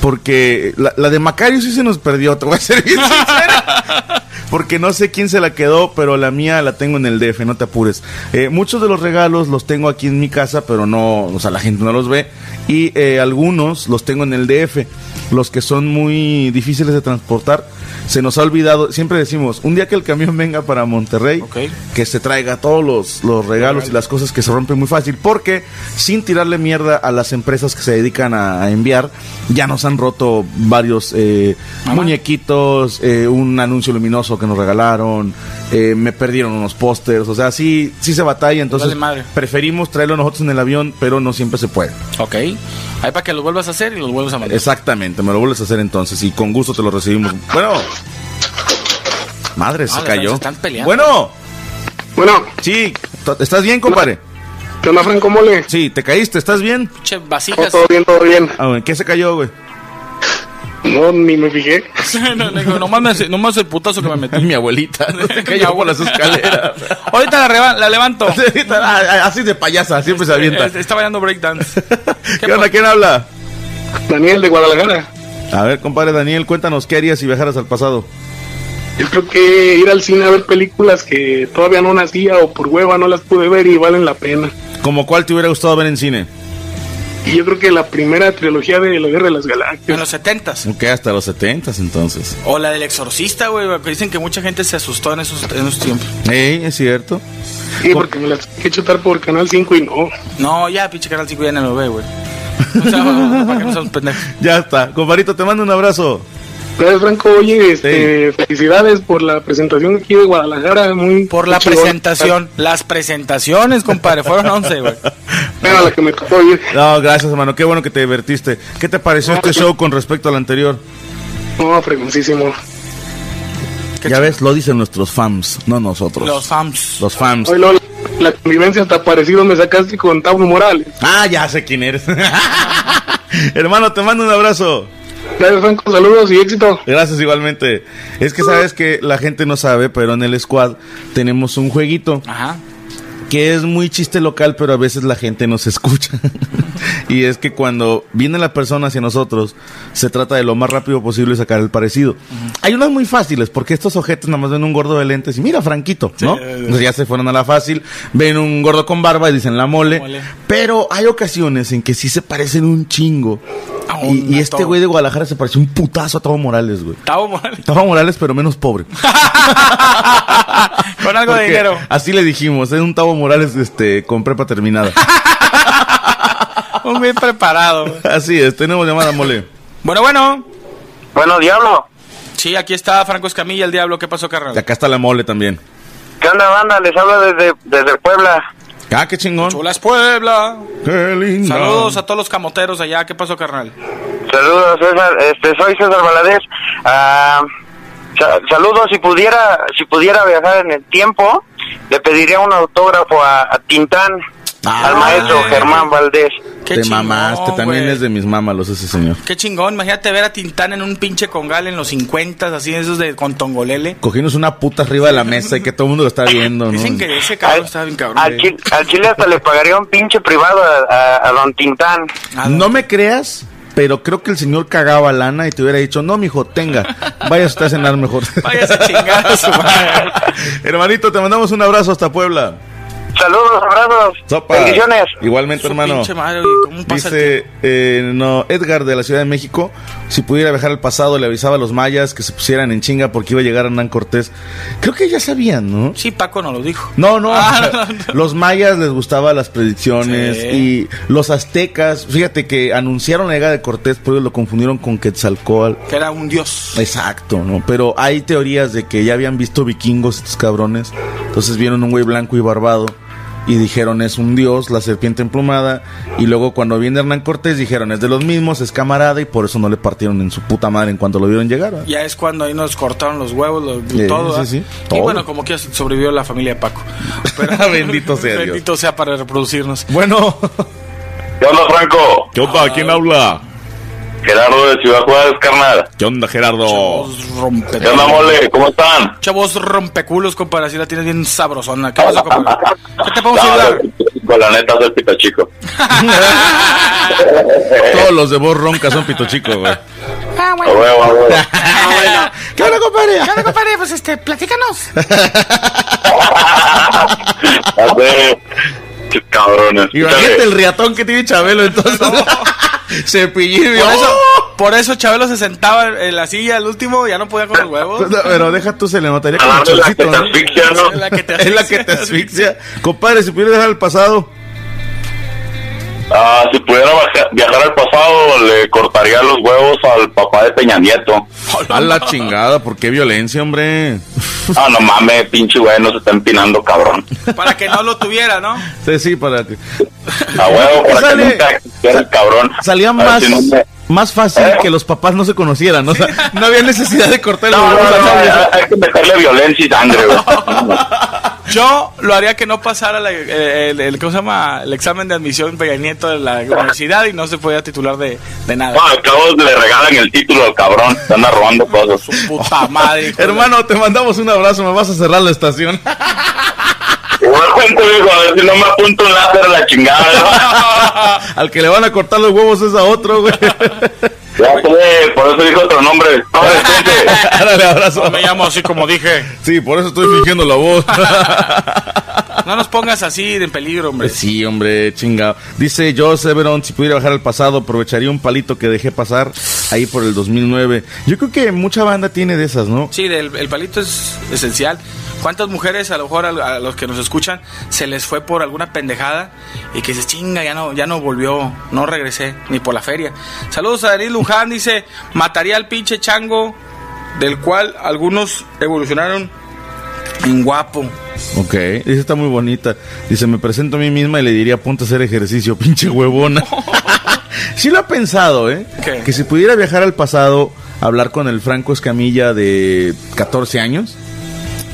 C: porque la, la de Macario sí se nos perdió, te voy a ser bien sincero. Porque no sé quién se la quedó, pero la mía la tengo en el DF, no te apures. Eh, muchos de los regalos los tengo aquí en mi casa, pero no, o sea, la gente no los ve. Y eh, algunos los tengo en el DF, los que son muy difíciles de transportar. Se nos ha olvidado, siempre decimos, un día que el camión venga para Monterrey,
D: Ok.
C: que se traiga todos los, los regalos y las cosas que se rompen muy fácil, porque sin tirarle mierda a las empresas que se dedican a, a enviar, ya nos han roto varios eh,
D: Mamá.
C: muñequitos, eh, un anuncio luminoso que nos regalaron, eh, me perdieron unos pósters, o sea, sí, sí se batalla, entonces
D: Vale madre.
C: preferimos traerlo nosotros en el avión, pero no siempre se puede.
D: Ok. Ahí para que los vuelvas a hacer y los vuelvas a mandar.
C: Exactamente, me lo vuelves a hacer entonces y con gusto te lo recibimos. Bueno. Madre, se
D: Madre,
C: cayó.
D: Ah, se están peleando.
C: Bueno,
G: Bueno,
C: sí, t- ¿estás bien, compadre?
G: ¿qué onda, Franco Mole?
C: Sí, te caíste, ¿estás bien?
D: Pinche
G: No,
D: vasijas.
G: todo bien, todo bien.
C: Ah, bueno, ¿qué se cayó, güey?
G: No, ni me fijé.
D: no, le digo, nomás, me, nomás el putazo que me metí.
C: Mi abuelita, se cayó por las escaleras.
D: Ahorita la, reva- la levanto.
C: ah, Así de payasa, siempre se avienta.
D: Eh, Está bailando breakdance.
C: ¿Qué onda? ¿Quién habla?
G: Daniel de Guadalajara.
C: A ver, compadre Daniel, cuéntanos, ¿qué harías si viajaras al pasado?
G: Yo creo que ir al cine a ver películas que todavía no nacía o por hueva no las pude ver y valen la pena.
C: ¿Como cuál te hubiera gustado ver en cine?
G: Y yo creo que la primera trilogía de La Guerra de las
D: En
G: Galaxias.
D: los setentas.
C: Ok, hasta los 70 entonces.
D: O la del exorcista, güey. porque Dicen que mucha gente se asustó en esos, en esos tiempos.
C: Ey, es cierto.
G: Sí, porque me las tuve que chutar por Canal 5 y no.
D: No, ya, pinche Canal 5 ya no lo ve, güey. Un sábado, para que no seamos pendejos.
C: Ya está. Comparito, te mando un abrazo.
G: Gracias, Franco. Oye, este, felicidades por la presentación aquí de Guadalajara. Muy
D: Por la
G: chingón.
D: presentación. Las presentaciones, compadre. Fueron 11, güey.
G: Era la que me tocó ir.
C: No, gracias, hermano. Qué bueno que te divertiste. ¿Qué te
G: Ah,
C: pareció este show con respecto al anterior?
G: No, fregoncísimo.
C: Ya ves, lo dicen nuestros fans, no nosotros.
D: Los fans.
C: Los fans.
G: Hoy Lola, la convivencia hasta parecido me sacaste con Pablo Morales.
C: Ah, ya sé quién eres. Hermano, te mando un abrazo.
G: Gracias, Franco. Saludos y éxito.
C: Gracias igualmente. Es que sabes que la gente no sabe, pero en el squad tenemos un jueguito
D: Ajá.
C: que es muy chiste local, pero a veces la gente nos escucha. y es que cuando viene la persona hacia nosotros, se trata de lo más rápido posible sacar el parecido. Hay unas muy fáciles, porque estos ojetes nada más ven un gordo de lentes y mira, Franquito, ¿no? Entonces ya se fueron a la fácil, ven un gordo con barba y dicen la mole.
D: Mole.
C: Pero hay ocasiones en que sí se parecen un chingo.
D: A
C: Y-
D: un-
C: y
D: a
C: este
D: todo.
C: güey de Guadalajara se pareció un putazo a Tavo Morales, güey.
D: Tavo Morales.
C: Tavo Morales, pero menos pobre.
D: Con algo de
C: Porque
D: dinero.
C: Así le dijimos, es un Tavo Morales este, con prepa terminada.
D: Un bien preparado. güey.
C: así es, tenemos llamada mole.
D: Bueno, bueno.
F: Bueno, diablo.
D: Sí, aquí está Franco Escamilla, el diablo. ¿Qué pasó, carnal?
C: Y acá está la mole también.
F: ¿Qué onda, banda? Les hablo desde, desde Puebla.
C: Ah, qué chingón.
D: Chulas Puebla.
C: Qué lindo.
D: Saludos a todos los camoteros allá. ¿Qué pasó, carnal?
F: Saludos, César. Este, soy César Valadez. Ah, sa- saludos. Si pudiera, si pudiera viajar en el tiempo, le pediría un autógrafo a, a Tintán,
C: Ah,
F: al maestro
D: güey.
F: Germán Valdés.
D: Qué
C: Te
D: chingón,
C: mamaste, también
D: güey.
C: es de mis mámalos ese señor.
D: Qué chingón, imagínate ver a Tintán en un pinche congal en los 50, así esos de con tongolele.
C: Cogimos una puta arriba de la mesa y que todo el mundo lo está viendo, ¿no?
D: Dicen que ese cabrón está bien cabrón. eh.
F: Al, chil- al Chile hasta le pagaría un pinche privado a, a- a don Tintán.
D: Ah,
C: No me creas, pero creo que el señor cagaba lana y te hubiera dicho, no, mijo, tenga, vaya usted a cenar mejor.
D: Váyase a chingar a su madre.
C: Hermanito, te mandamos un abrazo hasta Puebla.
F: Saludos, abrazos.
C: Sopa.
F: Bendiciones.
C: Igualmente,
D: Su
C: hermano.
D: pinche madre, güey, ¿cómo pasa el
C: Dice, eh, no, Edgar de la Ciudad de México, si pudiera viajar al pasado, le avisaba a los mayas que se pusieran en chinga porque iba a llegar Hernán Cortés. Creo que ya sabían, ¿no?
D: Sí, Paco nos lo dijo.
C: No, no,
D: Ah,
C: o sea,
D: no,
C: los mayas les gustaban las predicciones
D: Sí.
C: y los aztecas, fíjate que anunciaron la llegada de Cortés, pero ellos lo confundieron con Quetzalcoatl.
D: Que era un dios.
C: Exacto, ¿no? Pero hay teorías de que ya habían visto vikingos estos cabrones. Entonces vieron un güey blanco y barbado y dijeron es un dios, la serpiente emplumada. Y luego cuando viene Hernán Cortés dijeron es de los mismos, es camarada y por eso no le partieron en su puta madre en cuanto lo vieron llegar. ¿verdad?
D: Ya es cuando ahí nos cortaron los huevos, los-
C: Sí,
D: todo.
C: sí,
D: ¿ah?
C: sí,
D: Y
C: todo.
D: bueno, como que sobrevivió la familia de Paco.
C: Bendito sea Dios.
D: Bendito sea para reproducirnos.
C: Bueno,
F: ¿Qué onda, Franco?
C: ¿qué onda? ¿Quién habla?
F: Gerardo de Ciudad Juárez, carnal.
C: ¿Qué onda, Gerardo?
D: Chavos rompe
C: Eh.
F: mole? ¿Cómo están?
D: Chavos rompeculos, compadre. Así la tienes bien sabrosona. ¿Qué pasó, compadre? ¿Qué te podemos ayudar?
F: con la neta soy pita chico.
C: Todos los de voz ronca son pito chico, güey. ¿Qué onda, compadre?
D: ¿Qué onda, compadre? Pues este, platícanos. Ah,
F: cabrones.
C: Imagínate el riatón que tiene Chabelo, entonces. Se pilló
D: Por eso, por eso Chabelo se sentaba en la silla al último, ya no podía con los huevos.
C: Pero deja tú, se le notaría
F: A
C: como
F: darle la que
C: chorcito,
F: te
C: ¿no?
F: asfixia, ¿no?
D: Es la que te
C: Es la que te asfixia. Compadre, si pudieras dejar el pasado.
F: Ah, si pudiera baja- viajar al pasado, le cortaría los huevos al papá de Peña Nieto.
C: A la chingada, ¿por qué violencia, hombre?
F: Ah, no mames, pinche güey, no se está empinando, cabrón.
D: Para que no lo tuviera, ¿no?
C: Sí, sí, para ti.
F: A huevo,
C: Que
F: para que
C: sale-
F: nunca quiera el cabrón.
C: Salía
F: A ver
C: más,
F: si no me-
C: más fácil
F: ¿Eh?
C: que los papás no se conocieran, ¿no? O sea, no había necesidad de cortar el
F: No, no,
C: huevo.
F: no, hay- hay que meterle violencia y sangre, güey.
D: Yo lo haría que no pasara la- eh, el, el- ¿cómo se llama? el examen de admisión Peña Nieto de la universidad y no se podía titular de, de nada.
C: Ah.
F: No, al cabo le regalan el título al cabrón, se anda robando cosas.
D: Puta madre. hijo de-
C: Hermano, te mandamos un abrazo, me vas a cerrar la estación.
F: Igualmente, digo, a ver si no me apunto un láser a la chingada,
C: Al que le van a cortar los huevos es a otro, güey.
F: ¿no? Ya sé, por eso dijo otro nombre. No, detente.
C: Ahora le abrazo.
D: Me llamo así como dije.
C: Sí, por eso estoy fingiendo la voz.
D: No nos pongas así de peligro, hombre.
C: Sí, hombre, chingado. Dice Joe Severon, si pudiera bajar al pasado, aprovecharía un palito que dejé pasar ahí por el 2009. Yo creo que mucha banda tiene de esas, ¿no?
D: Sí, el, el palito es esencial. ¿Cuántas mujeres, a lo mejor a, a los que nos escuchan, se les fue por alguna pendejada y que dices, chinga, ya no, ya no volvió, no regresé, ni por la feria? Saludos a Daniel Luján, dice, mataría al pinche chango, del cual algunos evolucionaron en guapo.
C: Ok, dice, está muy bonita. Dice, me presento a mí misma y le diría, ponte a hacer ejercicio, pinche huevona. sí lo ha pensado, ¿eh?
D: ¿Qué?
C: Que si pudiera viajar al pasado, hablar con el Franco Escamilla de 14 años,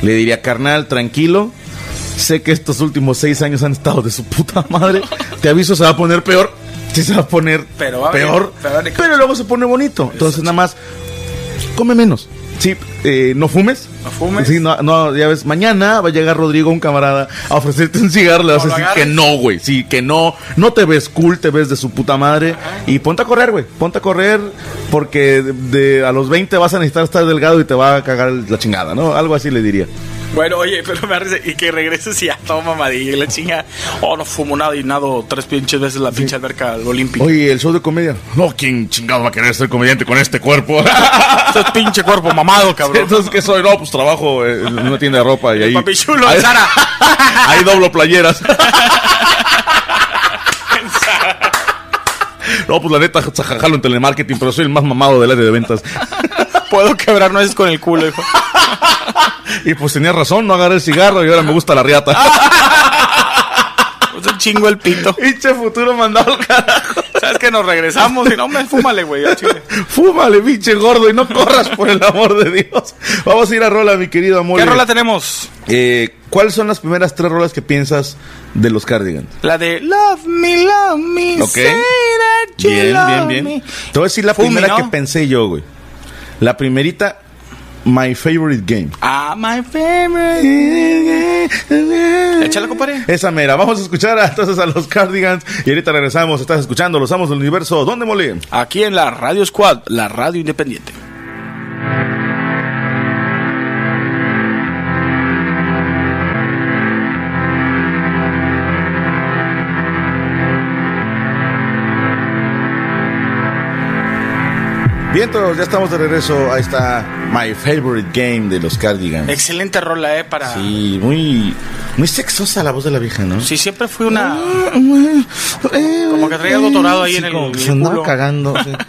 C: le diría, carnal, tranquilo. Sé que estos últimos seis años han estado de su puta madre. Te aviso, se va a poner peor. Sí, se va a poner
D: Pero va a
C: peor.
D: venir- pero va a venir-
C: pero luego se pone bonito. Entonces, nada más, come menos. Sí, eh, no fumes.
D: No fumes.
C: Sí, no, no, ya ves, mañana va a llegar Rodrigo, un camarada, a ofrecerte un cigarro. Le vas a
D: No lo
C: decir
D: agarres.
C: que no, güey. Sí, que no. No te ves cool, te ves de su puta madre. Y ponte a correr, güey. Ponte a correr porque de, de- a los 20 vas a necesitar estar delgado y te va a cagar la chingada, ¿no? Algo así le diría.
D: Bueno, oye, pero me da risa, Y que regreses y ya todo mamadillo y la chinga. Oh, no fumo nada y nado tres pinches veces la pinche alberca olímpica.
C: Oye, el show de comedia. No, ¿quién chingado va a querer ser comediante con este cuerpo?
D: Este es pinche cuerpo mamado, cabrón.
C: Entonces, ¿qué soy? No, pues trabajo eh, en una tienda de ropa y ahí.
D: Papi chulo,
C: ahí-
D: Sara.
C: Ahí doblo playeras. No, pues la neta, jalo en telemarketing, pero soy el más mamado del área de ventas.
D: Puedo quebrar nueces con el culo, hijo.
C: Y pues tenía razón, no agarré el cigarro y ahora me gusta la
D: Ah.
C: riata.
D: Es Pues un chingo el pito.
C: Pinche futuro mandado al carajo.
D: ¿Sabes que nos regresamos? Y no, me fúmale, güey. al chile.
C: Fúmale, pinche gordo, y no corras por el amor de Dios. Vamos a ir a rola, mi querido amor.
D: ¿Qué rola tenemos?
C: Eh, ¿Cuáles son las primeras tres rolas que piensas de los Cardigans?
D: La de Love Me, Love Me.
C: Ok.
D: say that you
C: Bien, bien,
D: love
C: bien.
D: me.
C: Te voy a decir la
D: Fumi,
C: primera
D: ¿no?
C: que pensé yo, güey. La primerita, My Favorite Game.
D: Ah, my favorite. Échala, compadre.
C: Esa mera. Vamos a escuchar a- entonces a los Cardigans y ahorita regresamos. Estás escuchando Los Amos del Universo. ¿Dónde mole?
D: Aquí en la Radio Squad, la radio independiente.
C: Bien, todos, ya estamos de regreso a esta My Favorite Game de los Cardigans.
D: Excelente rola, eh, para. Sí,
C: Sí, muy, muy sexosa la voz de la vieja, ¿no?
D: siempre fue una.
C: Como
D: que traía algo torado ahí en el-
C: Como que
D: en
C: se
D: el
C: andaba
D: culo.
C: cagando. sí.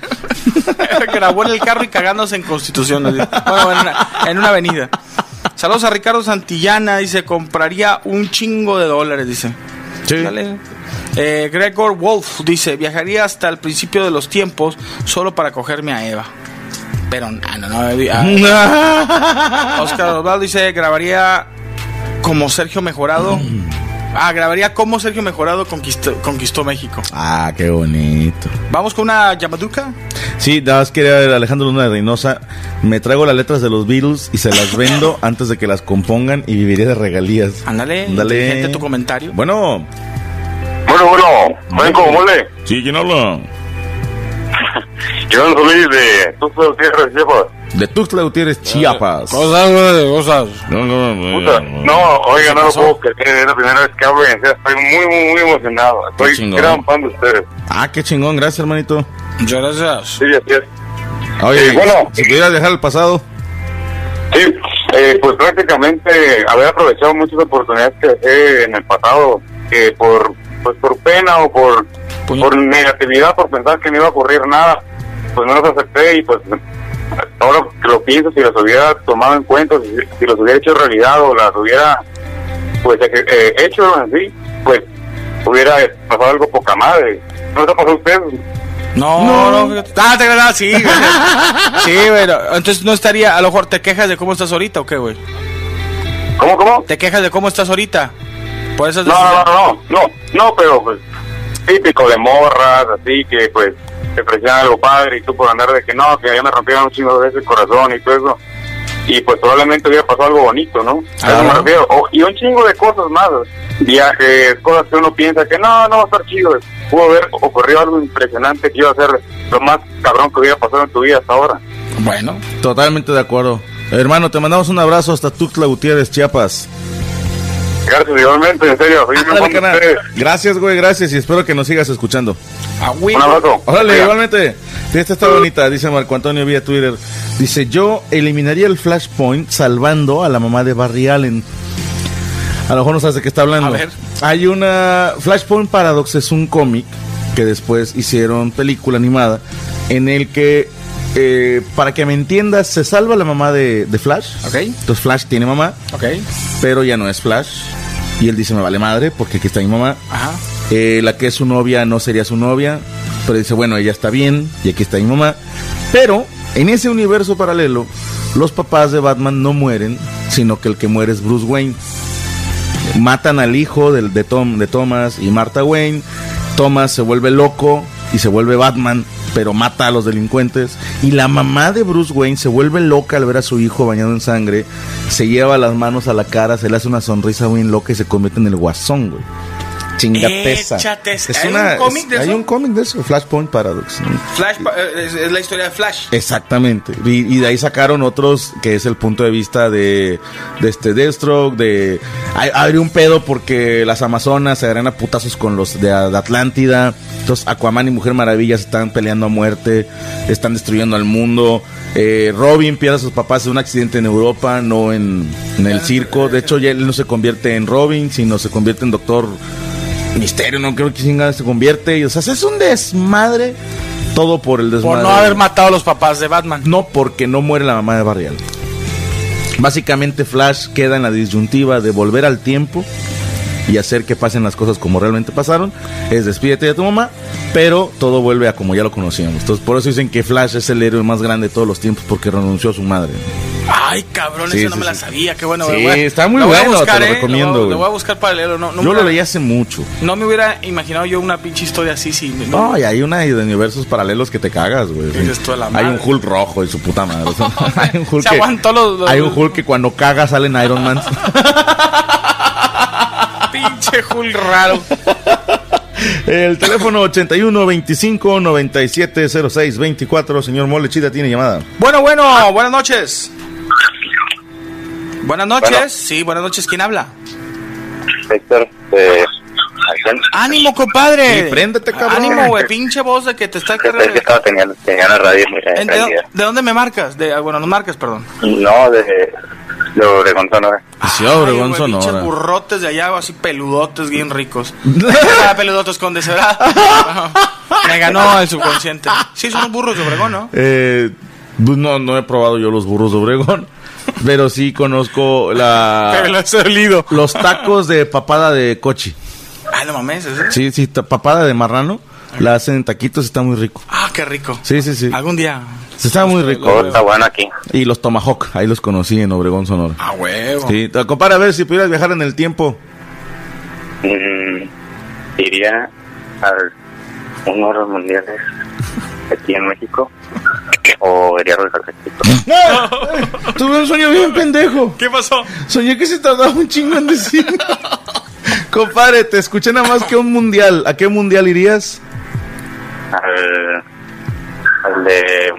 D: Grabó en el carro y cagándose en Constitución. así. Bueno, en una, en una avenida. Saludos a Ricardo Santillana. Dice: Compraría un chingo de dólares. Dice:
C: Sí.
D: Dale. Eh, Gregor Wolf dice: Viajaría hasta el principio de los tiempos solo para cogerme a Eva. Pero, ah, no, no. eh, ah, Oscar Osvaldo dice, grabaría como Sergio Mejorado. Ah, grabaría como Sergio Mejorado conquistó, conquistó México.
C: Ah, qué bonito.
D: Vamos con una llamaduca.
C: Sí, nada más quería ver a Alejandro Luna de Reynosa. Me traigo las letras de los Beatles y se las vendo antes de que las compongan y viviría de regalías.
D: Ándale,
C: Ándale.
D: inteligente tu comentario.
C: Bueno,
F: Bueno, bueno, Franco, mole.
C: sí, ¿quién habla?
F: Yo soy Luis de Tuxtla Gutiérrez, Chiapas.
C: De Tuxtla Gutiérrez, Chiapas.
D: cosas.
C: No, no, no,
F: Puta,
C: no.
F: no, oiga, no lo puedo creer, es la primera vez que hablo y en serio estoy muy, muy, muy emocionado.
C: Qué
F: Soy
C: chingón.
F: gran fan de ustedes.
C: Ah, qué chingón, gracias, hermanito.
D: Muchas gracias.
F: Sí, así es.
C: Oye,
F: Sí, bueno.
C: si pudieras dejar el pasado.
F: Sí, eh, pues prácticamente haber aprovechado muchas oportunidades que dejé en el pasado, que por, pues por pena o por,
D: Puño.
F: por negatividad, por pensar que no iba a ocurrir nada, pues no los acepté y pues ahora que lo pienso, si los hubiera tomado en cuenta, si, si los hubiera hecho realidad o las hubiera pues eh, eh, hecho así, pues hubiera pasado algo poca madre. ¿No les ha pasado a ustedes?
D: No, no, fíjate. Ah, te agrada, sí, güey. Sí, bueno. Entonces no estaría, a lo mejor te quejas de cómo estás ahorita o qué, güey.
F: ¿Cómo, cómo?
D: Te quejas de cómo estás ahorita. Por eso
F: No, no, no, no, no, no, pero pues típico de morras, así que pues te presionan algo padre y tú por andar de que no, que ya me rompieron un chingo de veces el corazón y todo eso. Y pues probablemente hubiera pasado algo bonito, ¿no? A eso me
D: Claro.
F: refiero. O- y un chingo de cosas más, viajes, cosas que uno piensa que no, no va a estar chido. Pudo haber ocurrido algo impresionante que iba a ser lo más cabrón que hubiera pasado en tu vida hasta ahora.
D: Bueno.
C: Totalmente de acuerdo. Hermano, te mandamos un abrazo hasta Tuxtla Gutiérrez, Chiapas.
F: Gracias, igualmente, en serio. soy bien
C: Órale,
F: fan de
C: carnal.
F: ustedes.
C: Gracias, güey, gracias y espero que nos sigas escuchando.
F: Un abrazo.
C: Órale,
F: Oigan,
C: igualmente. Sí, Esta está bonita, dice Marco Antonio vía Twitter. Dice, yo eliminaría el Flashpoint salvando a la mamá de Barry Allen. A lo mejor no sabes de qué está hablando.
D: A ver.
C: Hay una... Flashpoint Paradox es un cómic que después hicieron película animada en el que, eh, para que me entiendas, se salva la mamá de, de Flash.
D: Ok.
C: Entonces Flash tiene mamá,
D: Ok.
C: pero ya no es Flash. Y él dice, me vale madre porque aquí está mi mamá.
D: Ajá.
C: Eh, la que es su novia no sería su novia, pero dice, bueno, ella está bien y aquí está mi mamá. Pero en ese universo paralelo, los papás de Batman no mueren, sino que el que muere es Bruce Wayne. Matan al hijo del- de, Tom, de Thomas y Martha Wayne. Thomas se vuelve loco y se vuelve Batman, pero mata a los delincuentes. Y la mamá de Bruce Wayne se vuelve loca al ver a su hijo bañado en sangre. Se lleva las manos a la cara, se le hace una sonrisa bien loca y se convierte en el guasón, güey. Chingateza.
D: Échate esta. ¿Hay un cómic de
C: hay
D: eso?
C: un cómic de eso, Flashpoint Paradox.
D: Flash pa- eh, es, es la historia de Flash.
C: Exactamente. Y, y de ahí sacaron otros que es el punto de vista de, de este Deathstroke, de ay, abre un pedo porque las Amazonas se agarran a putazos con los de, de Atlántida. Entonces Aquaman y Mujer Maravilla se están peleando a muerte, están destruyendo al mundo. Eh, Robin pierde a sus papás en un accidente en Europa, no en, en el circo. De hecho, ya él no se convierte en Robin, sino se convierte en Doctor Misterio, no creo que chingada se convierte. Y, o sea, es un desmadre. Todo por el desmadre.
D: Por no haber matado a los papás de Batman.
C: No porque no muere la mamá de Barry Allen. Básicamente Flash queda en la disyuntiva de volver al tiempo y hacer que pasen las cosas como realmente pasaron. Es despídete de tu mamá, pero todo vuelve a como ya lo conocíamos. Entonces por eso dicen que Flash es el héroe más grande de todos los tiempos porque renunció a su madre.
D: Ay, cabrón,
C: Sí,
D: esa no
C: sí,
D: me la
C: sí.
D: sabía. Qué bueno,
C: Sí,
D: güey, güey.
C: está muy
D: Lo voy a
C: bueno, te lo
D: ¿eh?
C: recomiendo,
D: Lo voy, a-
C: güey.
D: lo voy a buscar para leerlo. No, no
C: Yo lo
D: me-
C: leí hace mucho.
D: No me hubiera imaginado yo una pinche historia así, sí.
C: No, y hay una de universos paralelos que te cagas, güey.
D: Dices tú a la
C: Hay
D: madre.
C: un Hulk rojo y su puta madre. O sea, hay un Hulk
D: Se aguantó los- los-
C: Hay un Hulk que cuando caga sale en Iron Man.
D: Pinche Hulk raro.
C: El teléfono 81 25 97 06 24. Señor Molechita tiene llamada.
D: Bueno, bueno, buenas noches. Buenas noches. Sí, buenas noches. ¿Quién habla?
F: Héctor, eh, Ángel,
D: Ánimo, compadre.
C: Sí, préndete, cabrón.
D: Ánimo, güey. Pinche voz de que te está
F: que- que
D: cargando.
F: estaba tenía, tenía la radio muy
D: ¿En- ¿De,
F: prendida.
D: de dónde me marcas? De, ah, bueno, nos marcas, perdón.
F: No, de, de eh. Obregón, Sonora.
C: Pues Sí,
D: Ay,
C: Obregón,
D: güey, Pinches
C: Sonora.
D: burrotes de allá, así peludotes, bien ricos. Ah, peludotes con deshebrada. me ganó el subconsciente. Sí, son unos burros de Obregón, ¿no?
C: Eh, pues no, no he probado yo los burros de Obregón. Pero sí conozco
D: Pero
C: la,
D: he olido.
C: los tacos de papada de cochi.
D: Ah, no mames, ¿es eso?
C: Sí, sí, ta- papada de marrano. La hacen en taquitos, está muy rico.
D: Ah, qué rico.
C: Sí, sí, sí.
D: Algún día.
C: Está muy
F: Todo
C: rico.
F: está bueno aquí.
C: Y los tomahawk, ahí los conocí en Obregón, Sonora.
D: Ah, huevo.
C: Sí, te- compara a ver si pudieras viajar en el tiempo.
F: Mm, iría al uno de los mundiales aquí en México o iría a Calcetito.
C: ¡No! Tuve un sueño bien pendejo.
D: ¿Qué pasó?
C: Soñé que se tardaba un chingo en decir. Compadre, te escuché nada más que un mundial. ¿A qué mundial irías?
F: Al, al de.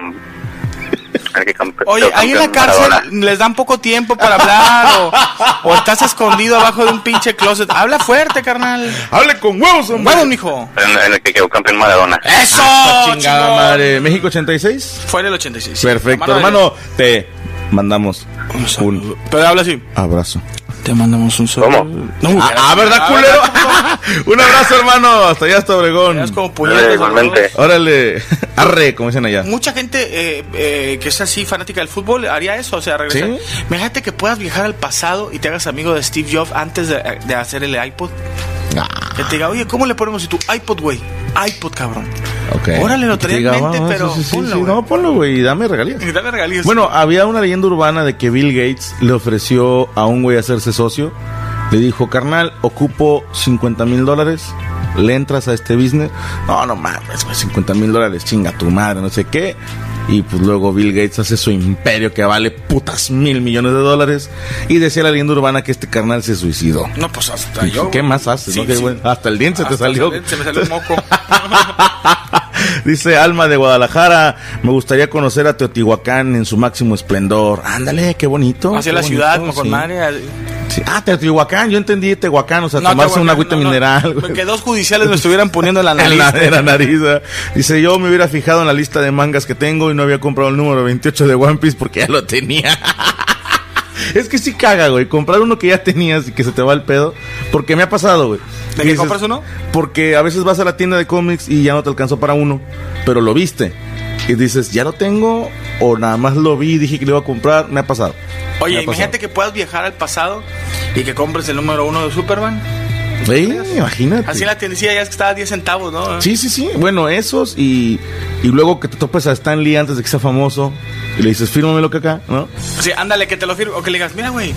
F: Al que campe-
D: Oye,
F: quedó
D: ahí en la
F: campeón
D: cárcel
F: Maradona.
D: les dan poco tiempo para hablar o, o estás escondido abajo de un pinche closet. Habla fuerte, carnal.
C: ¡Hable con huevos, Ah,
D: Vamos, mijo.
F: En, en el que quedó campeón Maradona.
D: ¡Eso!
C: Chingada
D: Ah, chingón!
C: madre. ¿México 86?
D: Fue en el 86. sí.
C: Perfecto,
D: La mano de-
C: hermano. Te mandamos un
D: Pero habla así.
C: abrazo.
D: Te mandamos un saludo.
F: ¿Cómo?
D: No,
C: Ah, ah, ¿verdad, culero? un abrazo, hermano. Hasta allá, hasta Obregón.
D: Es como puñetes,
F: Eh,
D: ¿no?
F: Igualmente.
C: Órale. Arre, como dicen allá.
D: Mucha gente eh, eh, que es así fanática del fútbol haría eso, o sea, regresar.
C: ¿Sí?
D: Imagínate que puedas viajar al pasado y te hagas amigo de Steve Jobs antes de, de hacer el iPod.
C: Ah,
D: Que te diga, oye, ¿cómo le ponemos? Y tú, iPod, güey. iPod, cabrón.
C: ok.
D: Órale, lo traía en
C: Diga,
D: mente,
C: vamos,
D: pero
C: sí, sí, sí,
D: ponlo,
C: sí.
D: güey.
C: No, ponlo, güey. Y dame regalías.
D: Y dame regalías.
C: Bueno, había una leyenda urbana de que Bill Gates le ofreció a un güey hacerse socio. Le dijo, carnal, ocupo 50 mil dólares. ¿Le entras a este business? No, no mames, güey, 50 mil dólares, chinga tu madre, no sé qué. Y pues luego Bill Gates hace su imperio que vale putas mil millones de dólares. Y decía la leyenda urbana que este carnal se suicidó.
D: no, pues hasta yo.
C: ¿Qué
D: güey.
C: más haces?
D: Sí,
C: no? Qué
D: sí.
C: bueno. Hasta el diente se te
D: Hasta
C: salió.
D: se me- Se me salió un moco.
C: Dice Alma de Guadalajara, me gustaría conocer a Teotihuacán en su máximo esplendor. Ándale, qué bonito.
D: Hacia
C: qué
D: la
C: bonito,
D: ciudad, con
C: sí.
D: madre. al-
C: Sí. Ah, Teotihuacán, yo entendí Tehuacán, o sea,
D: No,
C: tomarse
D: Tehuacán,
C: una agüita
D: no, no.
C: mineral. güey.
D: Que dos judiciales me estuvieran poniendo en la nariz.
C: En la, en la nariz. ¿verdad? Dice, yo me hubiera fijado en la lista de mangas que tengo y no había comprado el número 28 de One Piece porque ya lo tenía. Es que sí caga, güey. Comprar uno que ya tenías y que se te va el pedo. Porque me ha pasado, güey.
D: ¿De
C: Y
D: que
C: dices-
D: compras uno?
C: Porque a veces vas a la tienda de cómics y ya no te alcanzó para uno, pero lo viste. Y dices, ya lo tengo, o nada más lo vi y dije que lo iba a comprar. Me ha pasado.
D: Oye,
C: Me ha
D: imagínate que puedas viajar al pasado y que compres el número uno de Superman.
C: pasado. Ey, imagínate.
D: Así en la tiendecilla ya es que estaba a 10 centavos, ¿no?
C: Sí, sí, sí. Bueno, esos y, y luego que te topes a Stan Lee antes de que sea famoso y le dices, fírmame lo que acá, ¿no?
D: Sí, ándale, que te lo firme. O que le digas, mira, güey,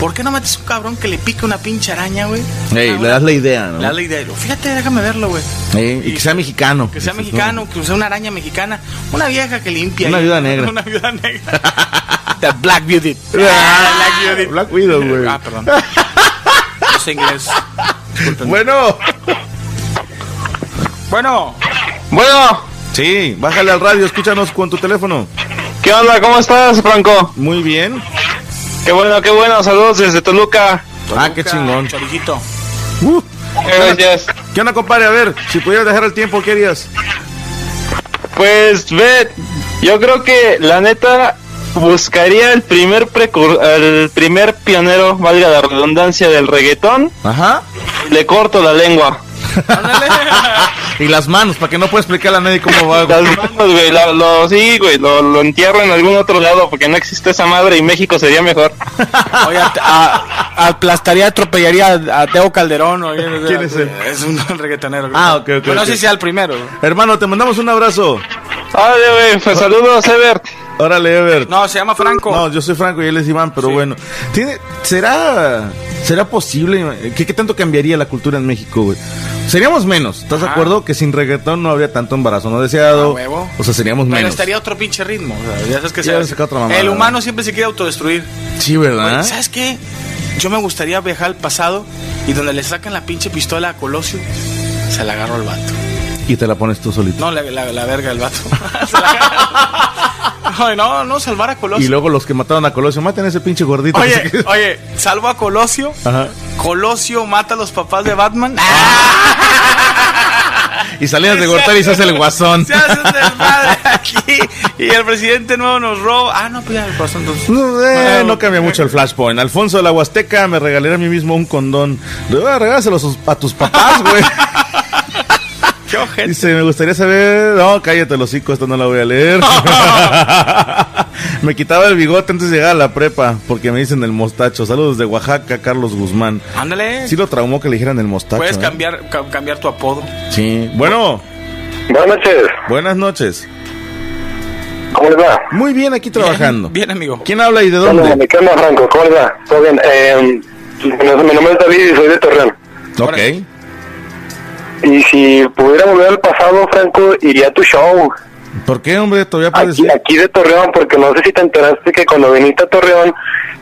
D: ¿por qué no metes un cabrón que le pique una pinche araña, güey? Ah,
C: Ey, le das la idea, ¿no?
D: Le das la idea. y lo, Fíjate, déjame verlo, güey.
C: Ey, y que sea mexicano.
D: Que sea
C: Dices,
D: mexicano, que sea una araña mexicana. Una vieja que limpia.
C: Una
D: ahí.
C: viuda negra.
D: Una viuda negra. The Black Beauty.
C: "No".
D: Ah, Black Beauty.
C: Black Widow, güey.
D: Ah, perdón. No sé inglés. Disculpen.
C: Bueno,
D: Bueno,
E: Bueno,
C: sí, bájale al radio, escúchanos con tu teléfono.
E: ¿qué onda? ¿Cómo estás, Franco?
C: Muy bien.
E: Qué bueno, qué bueno. Saludos desde Toluca.
C: Ah, qué chingón.
D: Chorijito.
C: Uh,
E: Gracias.
C: ¿Qué onda, compadre? A ver, si pudieras dejar el tiempo, ¿qué harías?
E: Pues ve, yo creo que la neta buscaría el primer precur- el primer pionero, valga la redundancia, del reggaetón.
C: Ajá.
E: Le corto la lengua.
C: Y las manos, para que no pueda explicarle a nadie cómo va.
E: Las manos, güey, la- lo, sí, güey, lo, lo entierro en algún otro lado porque no existe esa madre y México sería mejor.
D: Oye, at- a- aplastaría, atropellaría a, a Teo Calderón. oye, o sea,
C: ¿Quién es él?
D: Es un reggaetonero.
C: Ah, ok, ok,
D: Pero no
C: ok.
D: sé si sea el primero.
C: Hermano, te mandamos un abrazo.
E: Órale, güey, pues saludos, Ebert.
C: Órale, Ebert.
D: No, se llama Franco.
C: No, yo soy Franco y él es Iván, pero
D: Sí.
C: bueno. ¿Tiene, será, ¿Será posible? ¿Qué, qué tanto cambiaría la cultura en México, güey? Seríamos menos, ¿estás de
D: Ajá.
C: acuerdo? Que sin reggaetón no habría tanto embarazo no deseado.
D: A huevo.
C: O sea, seríamos
D: Pero
C: menos.
D: estaría otro pinche ritmo. o sea, ya sabes que
C: Ya
D: se-
C: le saca otra mamada, Ah.
D: el
C: ¿no?
D: humano siempre se quiere autodestruir.
C: Sí, ¿verdad?
D: Oye, ¿Sabes qué? Yo me gustaría viajar al pasado y donde le sacan la pinche pistola a Colosio, se la agarro al vato.
C: Y te la pones tú solito.
D: No, la, la- la verga del vato. Se la agarro. Ay, no, no, salvar a Colosio.
C: Y luego los que mataron a Colosio, maten a ese pinche gordito.
D: Oye, oye, salvo a Colosio.
C: Ajá.
D: Colosio mata a los papás de Batman.
C: Ah. Y salidas de Gortari y se hace el guasón.
D: Se hace un desmadre aquí. Y el presidente nuevo nos roba. Ah, no, pues ya el corazón entonces.
C: No, eh,
D: Bueno.
C: no cambia mucho el flashpoint. Alfonso de la Huasteca me regalaré a mí mismo un condón. Le voy a regárselo a sus- a tus papás, güey.
D: Qué ojete.
C: Dice, me gustaría saber. No, cállate, los hocico, esta no la voy a leer. me quitaba el bigote antes de llegar a la prepa, porque me dicen el mostacho. Saludos de Oaxaca, Carlos Guzmán.
D: Ándale.
C: Sí lo traumó que le dijeran el mostacho.
D: Puedes
C: ¿eh?
D: cambiar, ca- cambiar tu apodo.
C: Sí. Bueno,
F: Buenas noches,
C: buenas noches.
F: ¿cómo les va?
C: Muy bien aquí trabajando.
D: Bien, amigo.
C: ¿Quién habla y de
F: Hola,
C: dónde?
F: ¿qué onda, Franco? ¿Cómo les va? ¿Todo bien? Eh, mi mi nombre es David y soy de Torreón.
C: Ok.
F: Y si pudiera volver al pasado, Franco, iría a tu show.
C: ¿Por qué, hombre? Todavía parece.
F: Aquí, aquí de Torreón, porque no sé si te enteraste que cuando viniste a Torreón,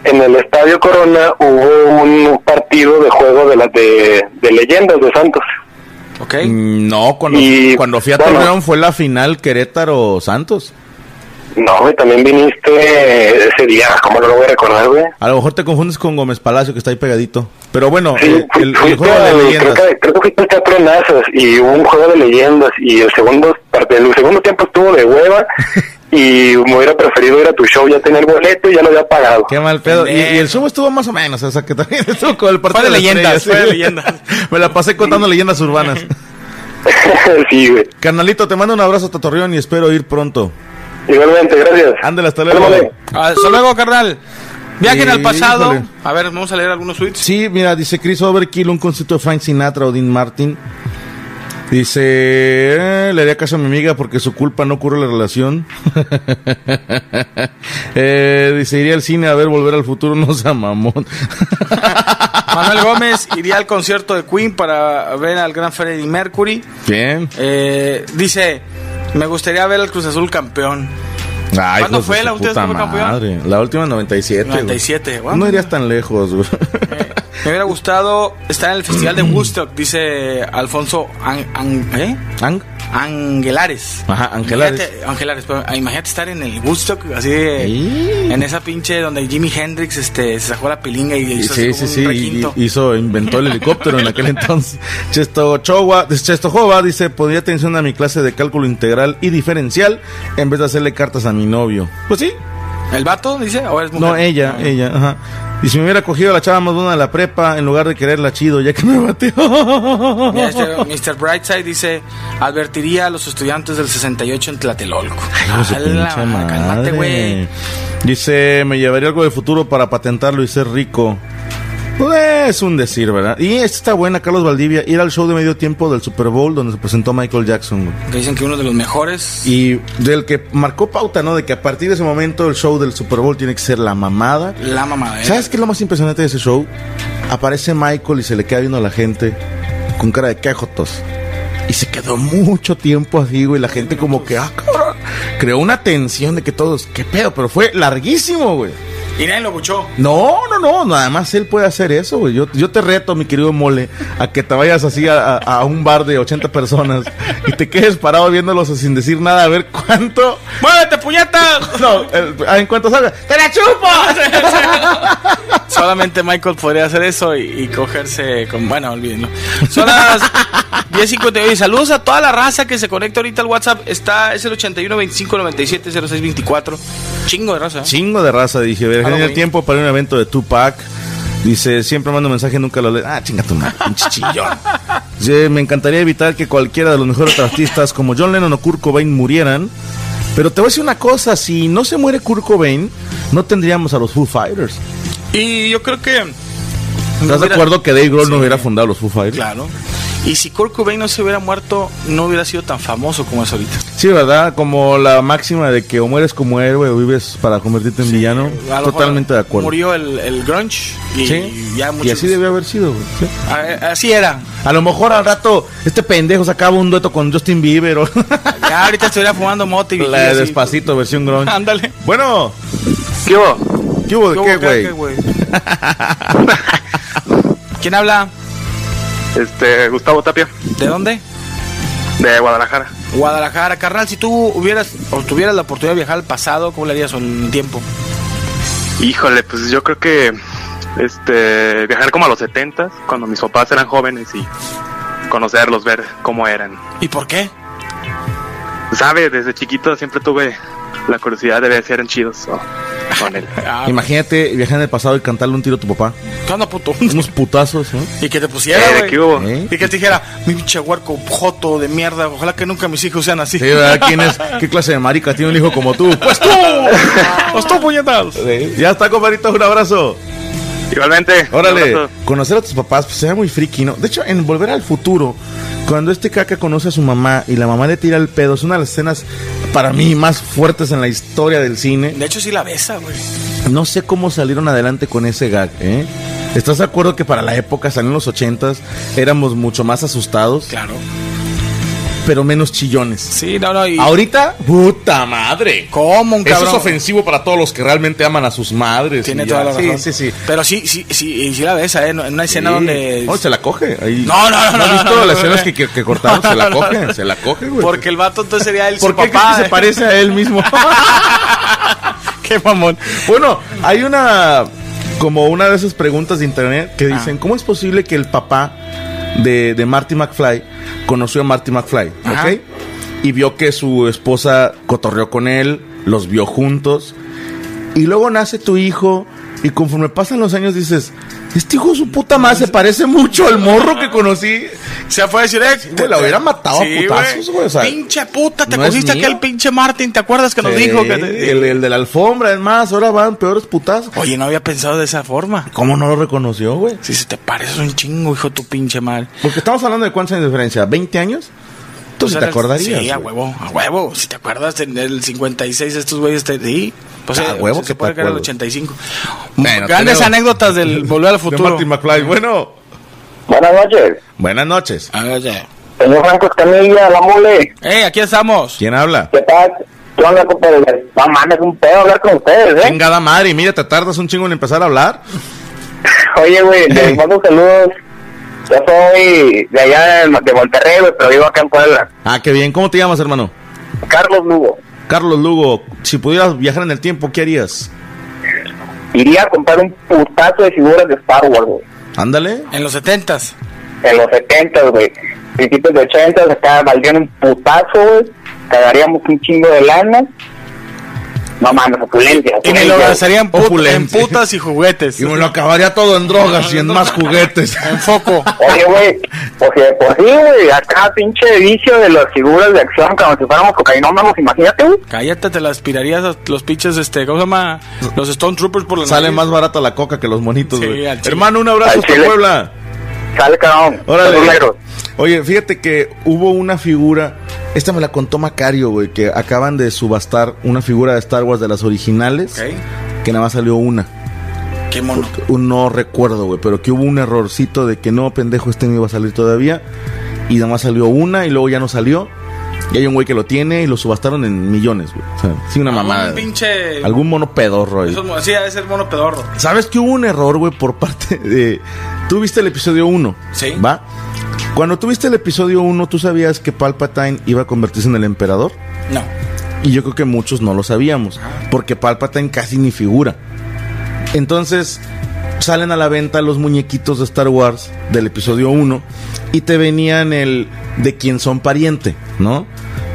F: en el Estadio Corona hubo un partido de juego de las de, de leyendas de Santos.
D: Ok.
C: Mm, No, cuando,
F: Y,
C: cuando fui a
F: bueno.
C: Torreón fue la final Querétaro-Santos.
F: No, güey, también viniste ese día, ¿cómo no lo voy a recordar, güey?
C: A lo mejor te confundes con Gómez Palacio, que está ahí pegadito. Pero bueno,
F: Sí,
C: el,
F: fui-
C: el- el
F: fuiste
C: juego de
F: al-
C: leyendas.
F: creo que, creo que fuiste al Teatro Nazas y hubo un juego de leyendas y el segundo, parte- el segundo tiempo estuvo de hueva y me hubiera preferido ir a tu show, ya tenía el boleto y ya lo había pagado.
C: Qué mal pedo. Y,
D: Pendejo.
C: y el sumo estuvo más o menos, o sea que también estuvo con el partido
D: Fue de
C: las
D: leyendas,
C: estrellas,
D: fue de
C: sí.
D: leyendas.
C: Me la pasé contando leyendas urbanas.
F: sí, güey.
C: Carnalito, te mando un abrazo hasta Torreón y espero ir pronto.
F: Igualmente, gracias.
C: Ándale, hasta luego.
F: Ándale.
D: Ah, Hasta luego, carnal. Viajen
C: Sí,
D: al pasado.
C: híjole.
D: A ver, vamos a leer algunos tweets.
C: Sí, mira, dice Chris Overkill, un concierto de Frank Sinatra o Dean Martin. Dice, eh, le haría caso a mi amiga porque su culpa no cura la relación. Eh, dice, iría al cine a ver Volver al Futuro, no sea mamón.
D: Manuel Gómez iría al concierto de Queen para ver al gran Freddie Mercury.
C: Bien.
D: Eh, dice, me gustaría ver al Cruz Azul campeón.
C: Ay,
D: ¿Cuándo
C: hijos de
D: fue
C: su
D: la última vez
C: puta
D: que fue campeón?
C: madre. La última en 97. güey.
D: 97, bueno.
C: No irías tan lejos, güey.
D: Me hubiera gustado estar en el festival de Woodstock, dice Alfonso Ang- Ang- ¿eh?
C: Ang-
D: Angelares.
C: Ajá, Angelares.
D: Imagínate, Angelares, pero, ah, imagínate estar en el Woodstock, así de-
C: Sí.
D: en esa pinche donde Jimi Hendrix este, se sacó la pilinga y hizo así
C: Sí,
D: como
C: sí,
D: un
C: sí,
D: requinto.
C: y- hizo, inventó el helicóptero en aquel entonces. Chesto Chowa- Chesto Jova dice, podría atención a mi clase de cálculo integral y diferencial en vez de hacerle cartas a mi novio. Pues sí,
D: ¿El vato, dice? ¿O es mujer?
C: no, ella,
D: Ah,
C: ella, ajá. Y si me hubiera cogido a la chava más buena de la prepa, en lugar de quererla chido, ya que me bateó.
D: Mira, este, Mr. Brightside dice, advertiría a los estudiantes del 68 en Tlatelolco.
C: Hijos de
D: A la
C: pinche
D: madre, Cálmate,
C: madre.
D: güey.
C: Dice, me llevaría algo de futuro para patentarlo y ser rico. Pues un decir, ¿verdad? Y esta está buena, Carlos Valdivia, ir al show de medio tiempo del Super Bowl donde se presentó Michael Jackson. güey.
D: Que dicen que uno de los mejores.
C: Y del que marcó pauta, ¿no? De que a partir de ese momento el show del Super Bowl tiene que ser la mamada.
D: La mamada. ¿eh?
C: ¿Sabes qué es lo más impresionante de ese show? Aparece Michael y se le queda viendo a la gente con cara de quejotos. Y se quedó mucho tiempo así, güey. La gente como que, ah, cabrón. Creó una tensión de que todos, qué pedo, pero fue larguísimo, güey.
D: Y nadie lo buchó.
C: No, no, no, nada más él puede hacer eso, güey. Yo, yo te reto, mi querido Mole, a que te vayas así a, a- a un bar de 80 personas y te quedes parado viéndolos sin decir nada, a ver cuánto.
D: ¡Muévete, puñeta!
C: No, el- en cuanto salga, ¡te la chupo!
D: Solamente Michael podría hacer eso y, y cogerse con. Bueno, olvídenlo. Son las 10.58. Y saludos a toda la raza que se conecta ahorita al WhatsApp. Está, es el 81 25 97 06 24. Chingo de raza. ¿eh?
C: Chingo de raza, dije. Ver,
D: Halloween.
C: el tiempo para un evento de Tupac. Dice, siempre mando mensaje, nunca lo leo. Ah, chinga tu madre, pinche chillón. Dice, me encantaría evitar que cualquiera de los mejores artistas como John Lennon o Kurt Cobain murieran. Pero te voy a decir una cosa, si no se muere Kurt Cobain, no tendríamos a los Foo Fighters.
D: Y yo creo que.
C: ¿Estás de
D: hubiera-
C: acuerdo que Dave Grohl no
D: Sí.
C: hubiera fundado los Foo Fighters?
D: Claro. Y si Kurt Cobain no se hubiera muerto, no hubiera sido tan famoso como es ahorita.
C: Sí, ¿verdad? Como la máxima de que o mueres como héroe o vives para convertirte en villano.
D: A lo
C: Ah, Totalmente de
D: mejor
C: acuerdo.
D: Murió el, el grunge y,
C: Sí.
D: ya
C: Y
D: muchos-
C: así debió haber sido. güey. Sí.
D: A- así era.
C: A lo mejor al rato este pendejo sacaba un dueto con Justin Bieber o
D: Ya ahorita estuviera fumando moto y
C: la
D: vigía
C: de
D: así.
C: despacito versión grunge.
D: Ándale.
C: Bueno,
E: ¿Qué hubo?
C: ¿qué hubo de qué,
D: hubo, qué,
C: güey?
D: güey? ¿Quién habla?
E: Este, Gustavo Tapia,
D: ¿De dónde?
E: de Guadalajara.
D: Guadalajara, carnal. Si tú hubieras o tuvieras la oportunidad de viajar al pasado, ¿cómo le harías un tiempo?
E: Híjole, pues yo creo que este viajar como a los 70 cuando mis papás eran jóvenes y conocerlos, ver cómo eran.
D: ¿Y por qué?
E: Sabe, desde chiquito siempre tuve la curiosidad de ver si eran chidos o- con él.
D: Ah,
C: Imagínate viajar en el pasado y cantarle un tiro a tu papá.
D: ¿Qué onda, puto?
C: Unos putazos, ¿no?
D: y que te pusiera,
E: Eh,
D: güey.
E: ¿qué hubo?
C: ¿Eh?
D: Y que te dijera, mi pinche huerco joto de mierda, ojalá que nunca mis hijos sean así.
C: Sí, ¿verdad? ¿Quién es? ¿Qué clase de marica tiene un hijo como tú? Pues tú.
D: Pues tú, puñetas.
C: Ya está, compadrito, un abrazo.
E: Igualmente.
C: Órale,
E: un abrazo.
C: conocer a tus papás pues, sea muy friki, ¿no? De hecho, en Volver al Futuro, cuando este caca conoce a su mamá y la mamá le tira el pedo, es una de las escenas para mí más fuertes en la historia del cine.
D: De hecho, sí la besa, güey.
C: No sé cómo salieron adelante con ese gag, ¿eh? ¿Estás de acuerdo que para la época, salió en los ochentas, éramos mucho más asustados,
D: Claro.
C: pero menos chillones?
D: Sí, no, no. Y...
C: Ahorita, puta madre.
D: ¿Cómo, un
C: Eso
D: cabrón?
C: es ofensivo para todos los que realmente aman a sus madres.
D: Tiene
C: y
D: toda
C: ya.
D: la razón.
C: Sí, sí, sí.
D: Pero sí, sí, sí, y sí la besa, ¿eh? En una escena
C: Sí.
D: donde.
C: No, se la coge. ahí.
D: No, no, no,
C: ¿No has
D: no,
C: visto
D: no, no,
C: las
D: no,
C: escenas
D: no.
C: que, que, que cortaron? Se la coge, se la coge, güey.
D: Porque el vato entonces sería el
C: ¿Por
D: su
C: qué crees
D: papá,
C: que
D: eh?
C: se parece a él mismo?
D: Qué mamón.
C: Bueno, hay una como una de esas preguntas de internet que
D: Ah.
C: dicen, ¿cómo es posible que el papá de, de Marty McFly conoció a Marty McFly?
D: Ajá.
C: ¿ok? Y vio que su esposa cotorreó con él, los vio juntos, y luego nace tu hijo, y conforme pasan los años dices, este hijo de su puta madre se parece mucho al morro que conocí.
D: Se fue a decir, eh,
C: güey, la hubiera matado a putazos, güey, o sea,
D: pinche puta, te
C: ¿no es
D: cogiste
C: mío?
D: aquel pinche Martin, ¿te acuerdas que nos
C: Sí,
D: dijo? Que te-
C: el, el de la alfombra, es más, ahora van peores putazos.
D: Oye, no había pensado de esa forma.
C: ¿Cómo no lo reconoció, güey?
D: Si se te pareces un chingo, hijo, tu pinche madre.
C: Porque estamos hablando de cuántos años de diferencia, ¿20 años? Tú
D: O
C: sí
D: sea,
C: te
D: el-
C: acordarías.
D: Pues Sí, a
C: güey.
D: huevo, a huevo. Si te acuerdas, en el 56 estos güeyes te... Sí, pues
C: A
D: eh,
C: huevo
D: se
C: que te
D: puede que era el
C: acuerdas.
D: 85.
C: Bueno,
D: Grandes
C: tenemos-
D: anécdotas del Volver al
C: De
D: Futuro.
C: Marty McFly. Bueno,
F: Buenas noches,
C: buenas noches.
D: A ver, ya.
F: señor Franco Escamilla, la mole.
D: Eh, aquí estamos.
C: ¿Quién habla?
F: ¿Qué tal? ¿Qué onda, compadre? No mames, un pedo hablar con ustedes, ¿eh?
C: Chingada madre, mira, te tardas un chingo en empezar a hablar.
F: Oye, güey, les mando saludos Yo soy de allá de, de Monterrey, güey, pero vivo acá en Puebla.
C: Ah, qué bien. ¿Cómo te llamas, hermano?
F: Carlos Lugo.
C: Carlos Lugo, si pudieras viajar en el tiempo, ¿qué harías?
F: Iría a comprar un putazo de figuras de Star Wars, güey.
C: Ándale.
D: En los setentas.
F: En los 70, güey. Principios de 80, acá valdrían un putazo, güey. Cagaríamos un chingo de lana. No mames, opulencia.
D: Y me
F: opulencia.
D: lo gastarían put- en
C: Opulente.
D: putas y juguetes.
C: Y me lo acabaría todo en drogas y en más juguetes.
D: En foco.
F: Oye, güey, porque de por sí, güey, acá pinche vicio de las figuras de acción, como si fuéramos cocainómanos, imagínate, güey.
D: Cállate, te las aspirarías a los pinches, este, ¿cómo se llama? Los Stone Troopers por la
C: Sale
D: nariz.
C: más barata la coca que los monitos,
D: Sí,
C: güey.
D: al chile.
C: Hermano, un abrazo
F: Al
C: hasta
F: chile.
C: Puebla.
F: Sale, cabrón.
C: Órale.
F: Los negros.
C: Oye, fíjate que hubo una figura, esta me la contó Macario, güey, que acaban de subastar una figura de Star Wars de las originales,
D: Ok.
C: que nada más salió una.
D: Qué mono.
C: Un- No recuerdo, güey, pero que hubo un errorcito de que no, pendejo, este no iba a salir todavía. Y nada más salió una y luego ya no salió. Y hay un güey que lo tiene y lo subastaron en millones, güey. O sea, sí, una mamada.
D: Ah, Un pinche.
C: Algún mono pedorro ahí.
D: Esos mo- Sí, ha de ser mono pedorro.
C: ¿Sabes que hubo un error, güey, por parte de... Tú viste el episodio 1,
D: Sí.
C: ¿va? Cuando tú viste el episodio 1, ¿tú sabías que Palpatine iba a convertirse en el emperador?
D: No.
C: Y yo creo que muchos no lo sabíamos, porque Palpatine casi ni figura. Entonces, salen a la venta los muñequitos de Star Wars del episodio 1 y te venían el de quién son pariente, ¿no?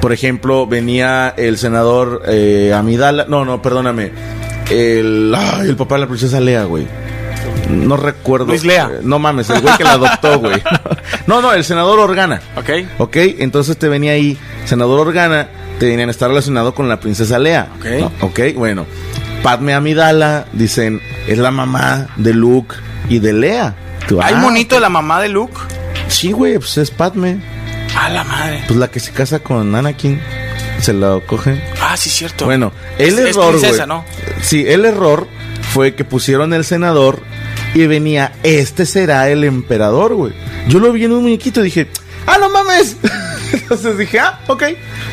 C: Por ejemplo, venía el senador eh, Amidala, no, no, perdóname, el, ay, el papá de la princesa Lea, güey. No recuerdo.
D: Luis Lea.
C: Eh, No mames, el güey que la adoptó, güey. No, no, el senador Organa.
D: Ok.
C: Ok, entonces te venía ahí, senador Organa, te venían a estar relacionado con la princesa Lea.
D: Ok.
C: ¿no? Ok, bueno. Padme Amidala, dicen, es la mamá de Luke y de Lea. Tú,
D: Hay
C: ah,
D: monito de la mamá de Luke.
C: Sí, güey, pues es Padme.
D: A la madre.
C: Pues la que se casa con Anakin, se la coge.
D: Ah, sí, cierto.
C: Bueno, el
D: Es- es
C: error,
D: princesa,
C: güey.
D: ¿no?
C: Sí, el error fue que pusieron el senador y venía, este será el emperador, güey. Yo lo vi en un muñequito y dije, ah, no mames. Entonces dije, ah, ok.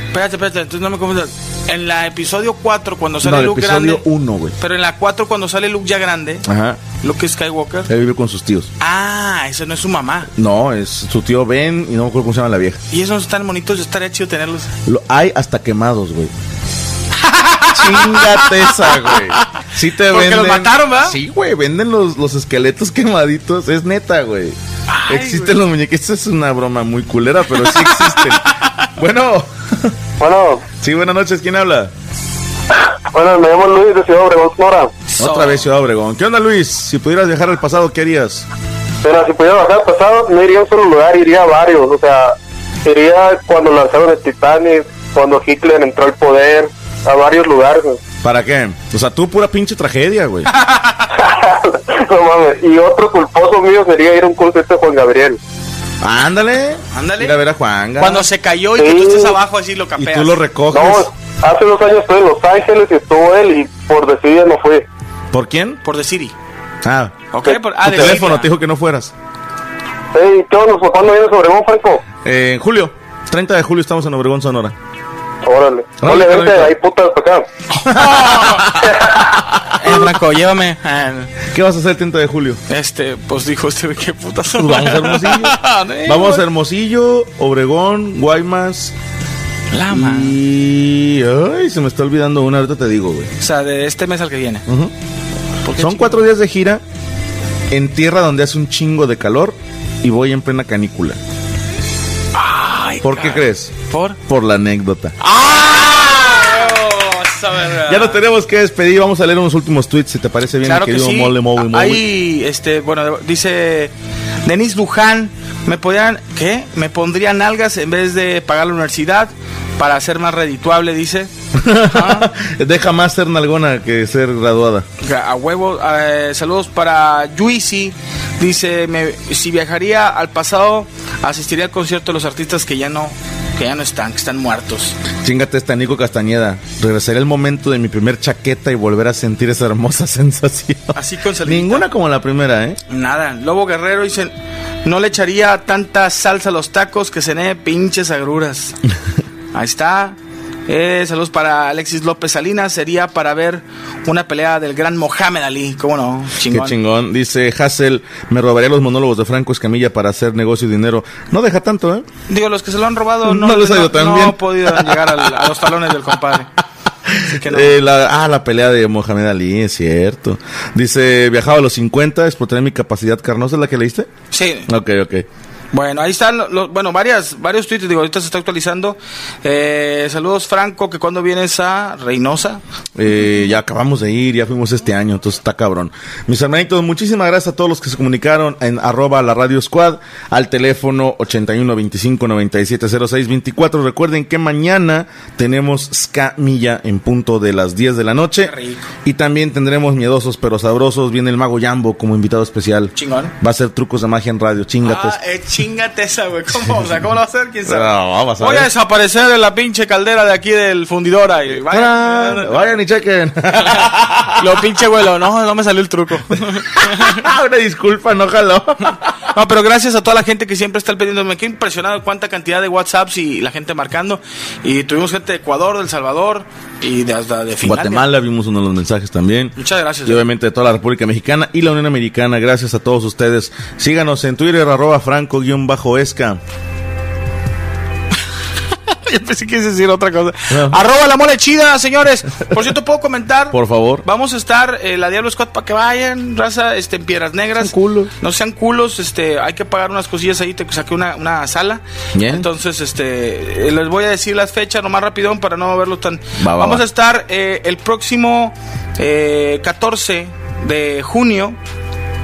D: Espérate, espérate, entonces no me confundas. En la episodio 4, cuando sale
C: No, el
D: Luke
C: episodio
D: grande.
C: 1, güey.
D: Pero en la 4, cuando sale Luke ya grande,
C: Ajá.
D: Luke Skywalker.
C: Él vive con sus tíos.
D: Ah, esa no es su mamá.
C: No, es su tío Ben y no me acuerdo cómo se llama la vieja.
D: Y esos están bonitos, estaría chido tenerlos.
C: Lo, hay hasta quemados, güey. Chingate esa, güey. Sí te
D: Porque
C: venden.
D: los mataron, ¿verdad?
C: Sí, güey. Venden los, los esqueletos quemaditos. Es neta, güey.
D: Ay,
C: existen los muñequitos. Esta es una broma muy culera, pero sí existen. bueno.
F: Bueno,
C: Sí, buenas noches. ¿Quién habla?
F: bueno, me llamo Luis de Ciudad Obregón, Sonora.
C: Otra vez Ciudad Obregón. ¿Qué onda, Luis? Si pudieras viajar al pasado, ¿qué harías?
F: Pero si pudiera bajar al pasado, no iría a un solo lugar, iría a varios. O sea, iría cuando lanzaron el Titanic, cuando Hitler entró al poder, a varios lugares. güey.
C: ¿Para qué? O sea, tú pura pinche tragedia, güey.
F: no mames. Y otro culposo mío sería ir a un concierto de Juan Gabriel.
C: Ándale.
D: Ándale.
C: Ir a ver a Juanga.
D: Cuando se cayó y que tú estés abajo así lo
C: y
D: capeas.
C: tú lo recoges.
F: No, hace dos años estuve en Los Ángeles y estuvo él y por decidir no fui.
C: ¿Por quién?
D: Por decir. y.
C: Ah,
D: Ok, por
C: tu
D: ah, de
C: teléfono
D: Siri.
C: te dijo que no fueras.
F: Ey, ¿qué onda? ¿Para ¿Cuándo vienes a Obregón, Franco?
C: Eh, en julio, 30 de julio estamos en Obregón, Sonora.
F: Órale.
C: Órale,
F: Órale, vente
C: carnalito.
F: ahí, puta, para acá.
D: Eh, Franco, llévame. Ah,
C: ¿Qué vas a hacer el 30 de julio?
D: Este, pues dijo este, qué puta
C: Pues vamos a Hermosillo.
D: Ah,
C: vamos a Hermosillo, Obregón, Guaymas. Mm.
D: Lama.
C: Y. Ay, se me está olvidando una, ahorita te digo, güey.
D: O sea, de este mes al que viene.
C: Ujú.
D: ¿Por qué,
C: Son
D: chico?
C: cuatro días de gira en tierra donde hace un chingo de calor y voy en plena canícula.
D: Ay,
C: ¿Por qué
D: car-
C: crees?
D: Por.
C: Por la anécdota.
D: ¡Ah! Oh, esa verdad.
C: Ya nos tenemos que despedir. Vamos a leer unos últimos tweets, si te parece bien,
D: Claro
C: mi
D: que
C: querido
D: sí. Ah,
C: Mole Mowi, Mowi.
D: Ahí, este, bueno, dice Denis Luján, me podrían, ¿qué? Me pondrían algas en vez de pagar la universidad para ser más redituable, dice. Ah,
C: Deja más ser nalgona que ser graduada.
D: a huevo, eh, saludos para Juicy, dice, me- si viajaría al pasado, asistiría al concierto de los artistas que ya no, que ya no están, que están muertos.
C: Chingate esta Nico Castañeda. Regresaré el momento de mi primer chaqueta y volver a sentir esa hermosa sensación.
D: Así con salivita.
C: Ninguna como la primera, ¿eh?
D: Nada, Lobo Guerrero dice, no le echaría tanta salsa a los tacos que cené pinches agruras. Ahí está. Eh, saludos para Alexis López Salinas. Sería para ver una pelea del gran Mohamed Ali. ¿Cómo no?
C: Qué
D: Chingón.
C: chingón. Dice Hassel, me robaría los monólogos de Franco Escamilla para hacer negocio y dinero. No deja tanto, ¿eh?
D: Digo, los que se lo han robado no,
C: No les ha ido tan bien.
D: han podido llegar al- a los talones del compadre. Así que no.
C: Eh, la- ah, la pelea de Mohamed Ali, es cierto. Dice, viajaba a los 50, exploté mi capacidad carnosa, ¿es la que leíste?
D: Sí.
C: Ok, ok.
D: Bueno, ahí están, lo- lo- bueno, varias, varios tweets, digo, ahorita se está actualizando. Eh, saludos, Franco, que cuando vienes a Reynosa.
C: Eh, ya acabamos de ir, ya fuimos este año, entonces está cabrón. Mis hermanitos, muchísimas gracias a todos los que se comunicaron en arroba la radio squad al teléfono 81 25 97 06 24. Recuerden que mañana tenemos Ska Milla en punto de las 10 de la noche.
D: rico.
C: Y también tendremos Miedosos pero Sabrosos. Viene el Mago Jambo como invitado especial.
D: Chingón.
C: Va a ser trucos de magia en radio, chingate.
D: Ah, eh, chingate esa, güey. ¿Cómo? O sea, ¿cómo lo va a hacer? ¿Quién sabe?
C: No, Ah, vamos a
D: Voy a
C: ver.
D: desaparecer de la pinche caldera de aquí del fundidora. Y
C: Vayan,
D: vaya,
C: vayan y chequen.
D: lo pinche güelo, no, no me salió el truco.
C: Una disculpa, no jaló.
D: No, pero gracias a toda la gente que siempre está al pendiente. Me quedé impresionado cuánta cantidad de WhatsApps y la gente marcando. Y tuvimos gente de Ecuador, de El Salvador y de, hasta de Finlandia.
C: Guatemala, vimos uno de los mensajes también.
D: Muchas gracias.
C: Y obviamente de toda la República Mexicana y la Unión Americana. Gracias a todos ustedes. Síganos en Twitter, arroba franco-esca.
D: Yo pensé que ibas a decir otra cosa.
C: No.
D: Arroba la mole chida, señores. Por cierto, ¿puedo comentar?
C: Por favor.
D: Vamos a estar eh, la Diablo Squad para que vayan, raza, este, en Piedras Negras. No sean culos, este, hay que pagar unas cosillas ahí, te saqué una, una sala.
C: Bien.
D: Entonces, este, eh, les voy a decir las fechas nomás rapidón para no verlo tan...
C: Va, va,
D: Vamos
C: va.
D: a estar eh, el próximo eh, 14 de junio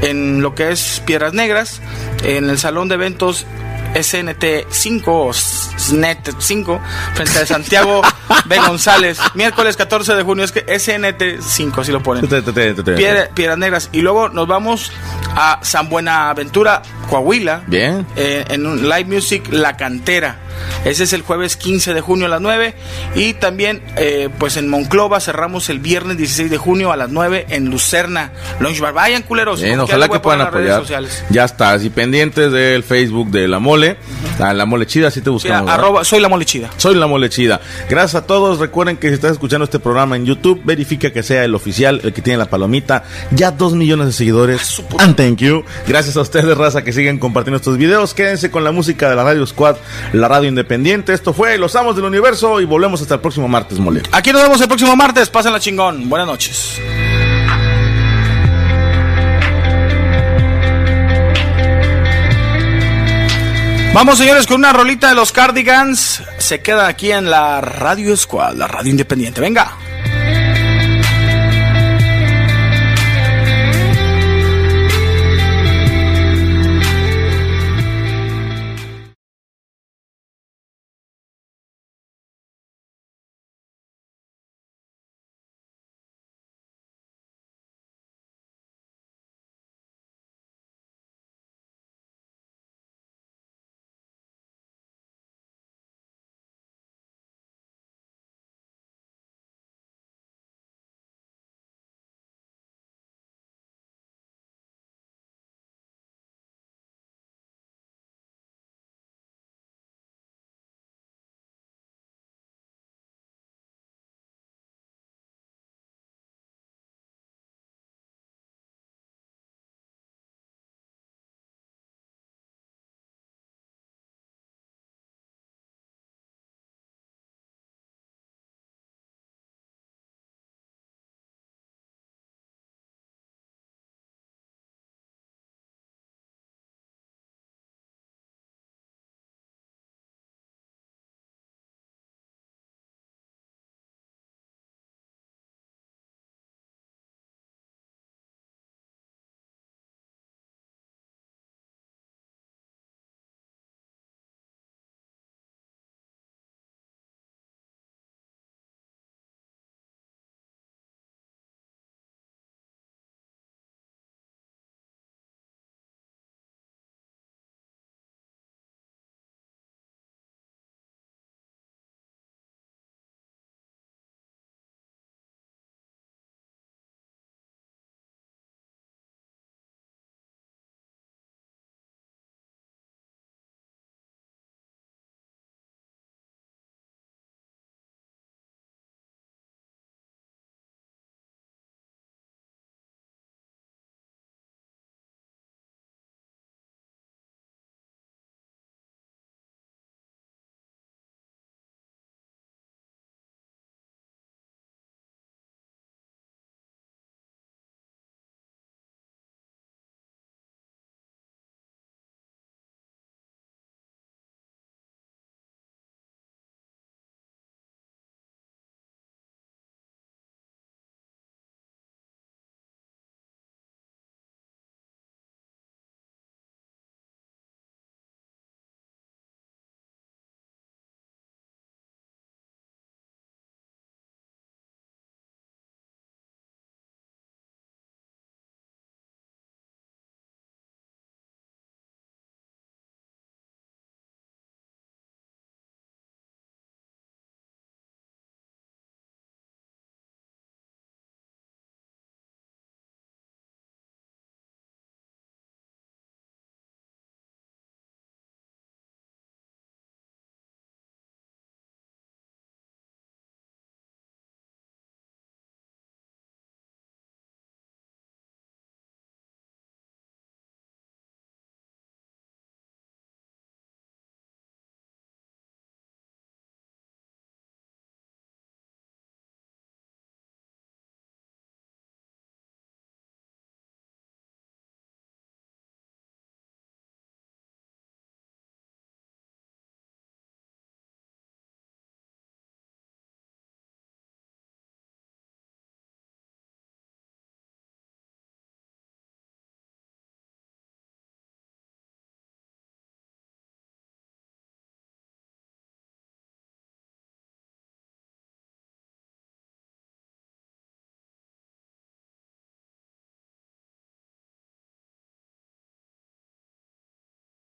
D: en lo que es Piedras Negras, en el salón de eventos SNT 5 o SNET 5 frente a Santiago de González, miércoles 14 de junio, es que SNT 5 así lo ponen.
C: Te- te- te- te- te-
D: Piedra- Piedras Negras y luego nos vamos a San Buenaventura, Coahuila.
C: Bien.
D: Eh, en un Live Music La Cantera. Ese es el jueves 15 de junio a las 9. Y también, eh, pues en Monclova cerramos el viernes 16 de junio a las 9 en Lucerna. Lounge Bar. Vayan, culeros.
C: Bien,
D: Como
C: ojalá
D: quiera,
C: que
D: lo voy
C: puedan
D: a poner en las
C: apoyar.
D: redes sociales.
C: Ya está, así pendientes del Facebook de La Mole. A La Mole Chida, así te
D: Sí, a-
C: buscamos. ¿verdad?
D: arroba, soy la molichida.
C: Soy La Mole Chida. Gracias a todos. Recuerden que si estás escuchando este programa en YouTube, verifica que sea el oficial, el que tiene la palomita. Ya dos millones de seguidores. And thank you. Gracias a ustedes, raza, que siguen compartiendo estos videos. Quédense con la música de la Radio Squad, la radio independiente. Esto fue Los Amos del Universo y volvemos hasta el próximo martes, mole.
D: Aquí nos vemos el próximo martes. Pásenla chingón. Buenas noches. Vamos, señores, con una rolita de los Cardigans. Se queda aquí en la Radio Squad, la radio independiente. Venga.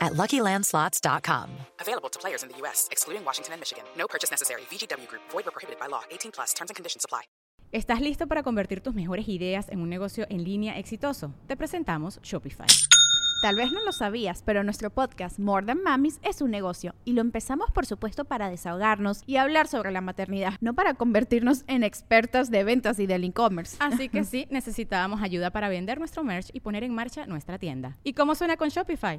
H: at luckylandslots.com.
I: Available to players in the U.S., excluding Washington and Michigan. No purchase necessary. VGW Group, void or prohibited by law. 18 plus terms and conditions apply.
J: ¿Estás listo para convertir tus mejores ideas en un negocio en línea exitoso? Te presentamos Shopify.
K: Tal vez no lo sabías, pero nuestro podcast More Than Mamis es un negocio y lo empezamos por supuesto para desahogarnos y hablar sobre la maternidad, no para convertirnos en expertas de ventas y del e-commerce. Ah,
J: Así que sí, necesitábamos ayuda para vender nuestro merch y poner en marcha nuestra tienda. ¿Y cómo suena con Shopify?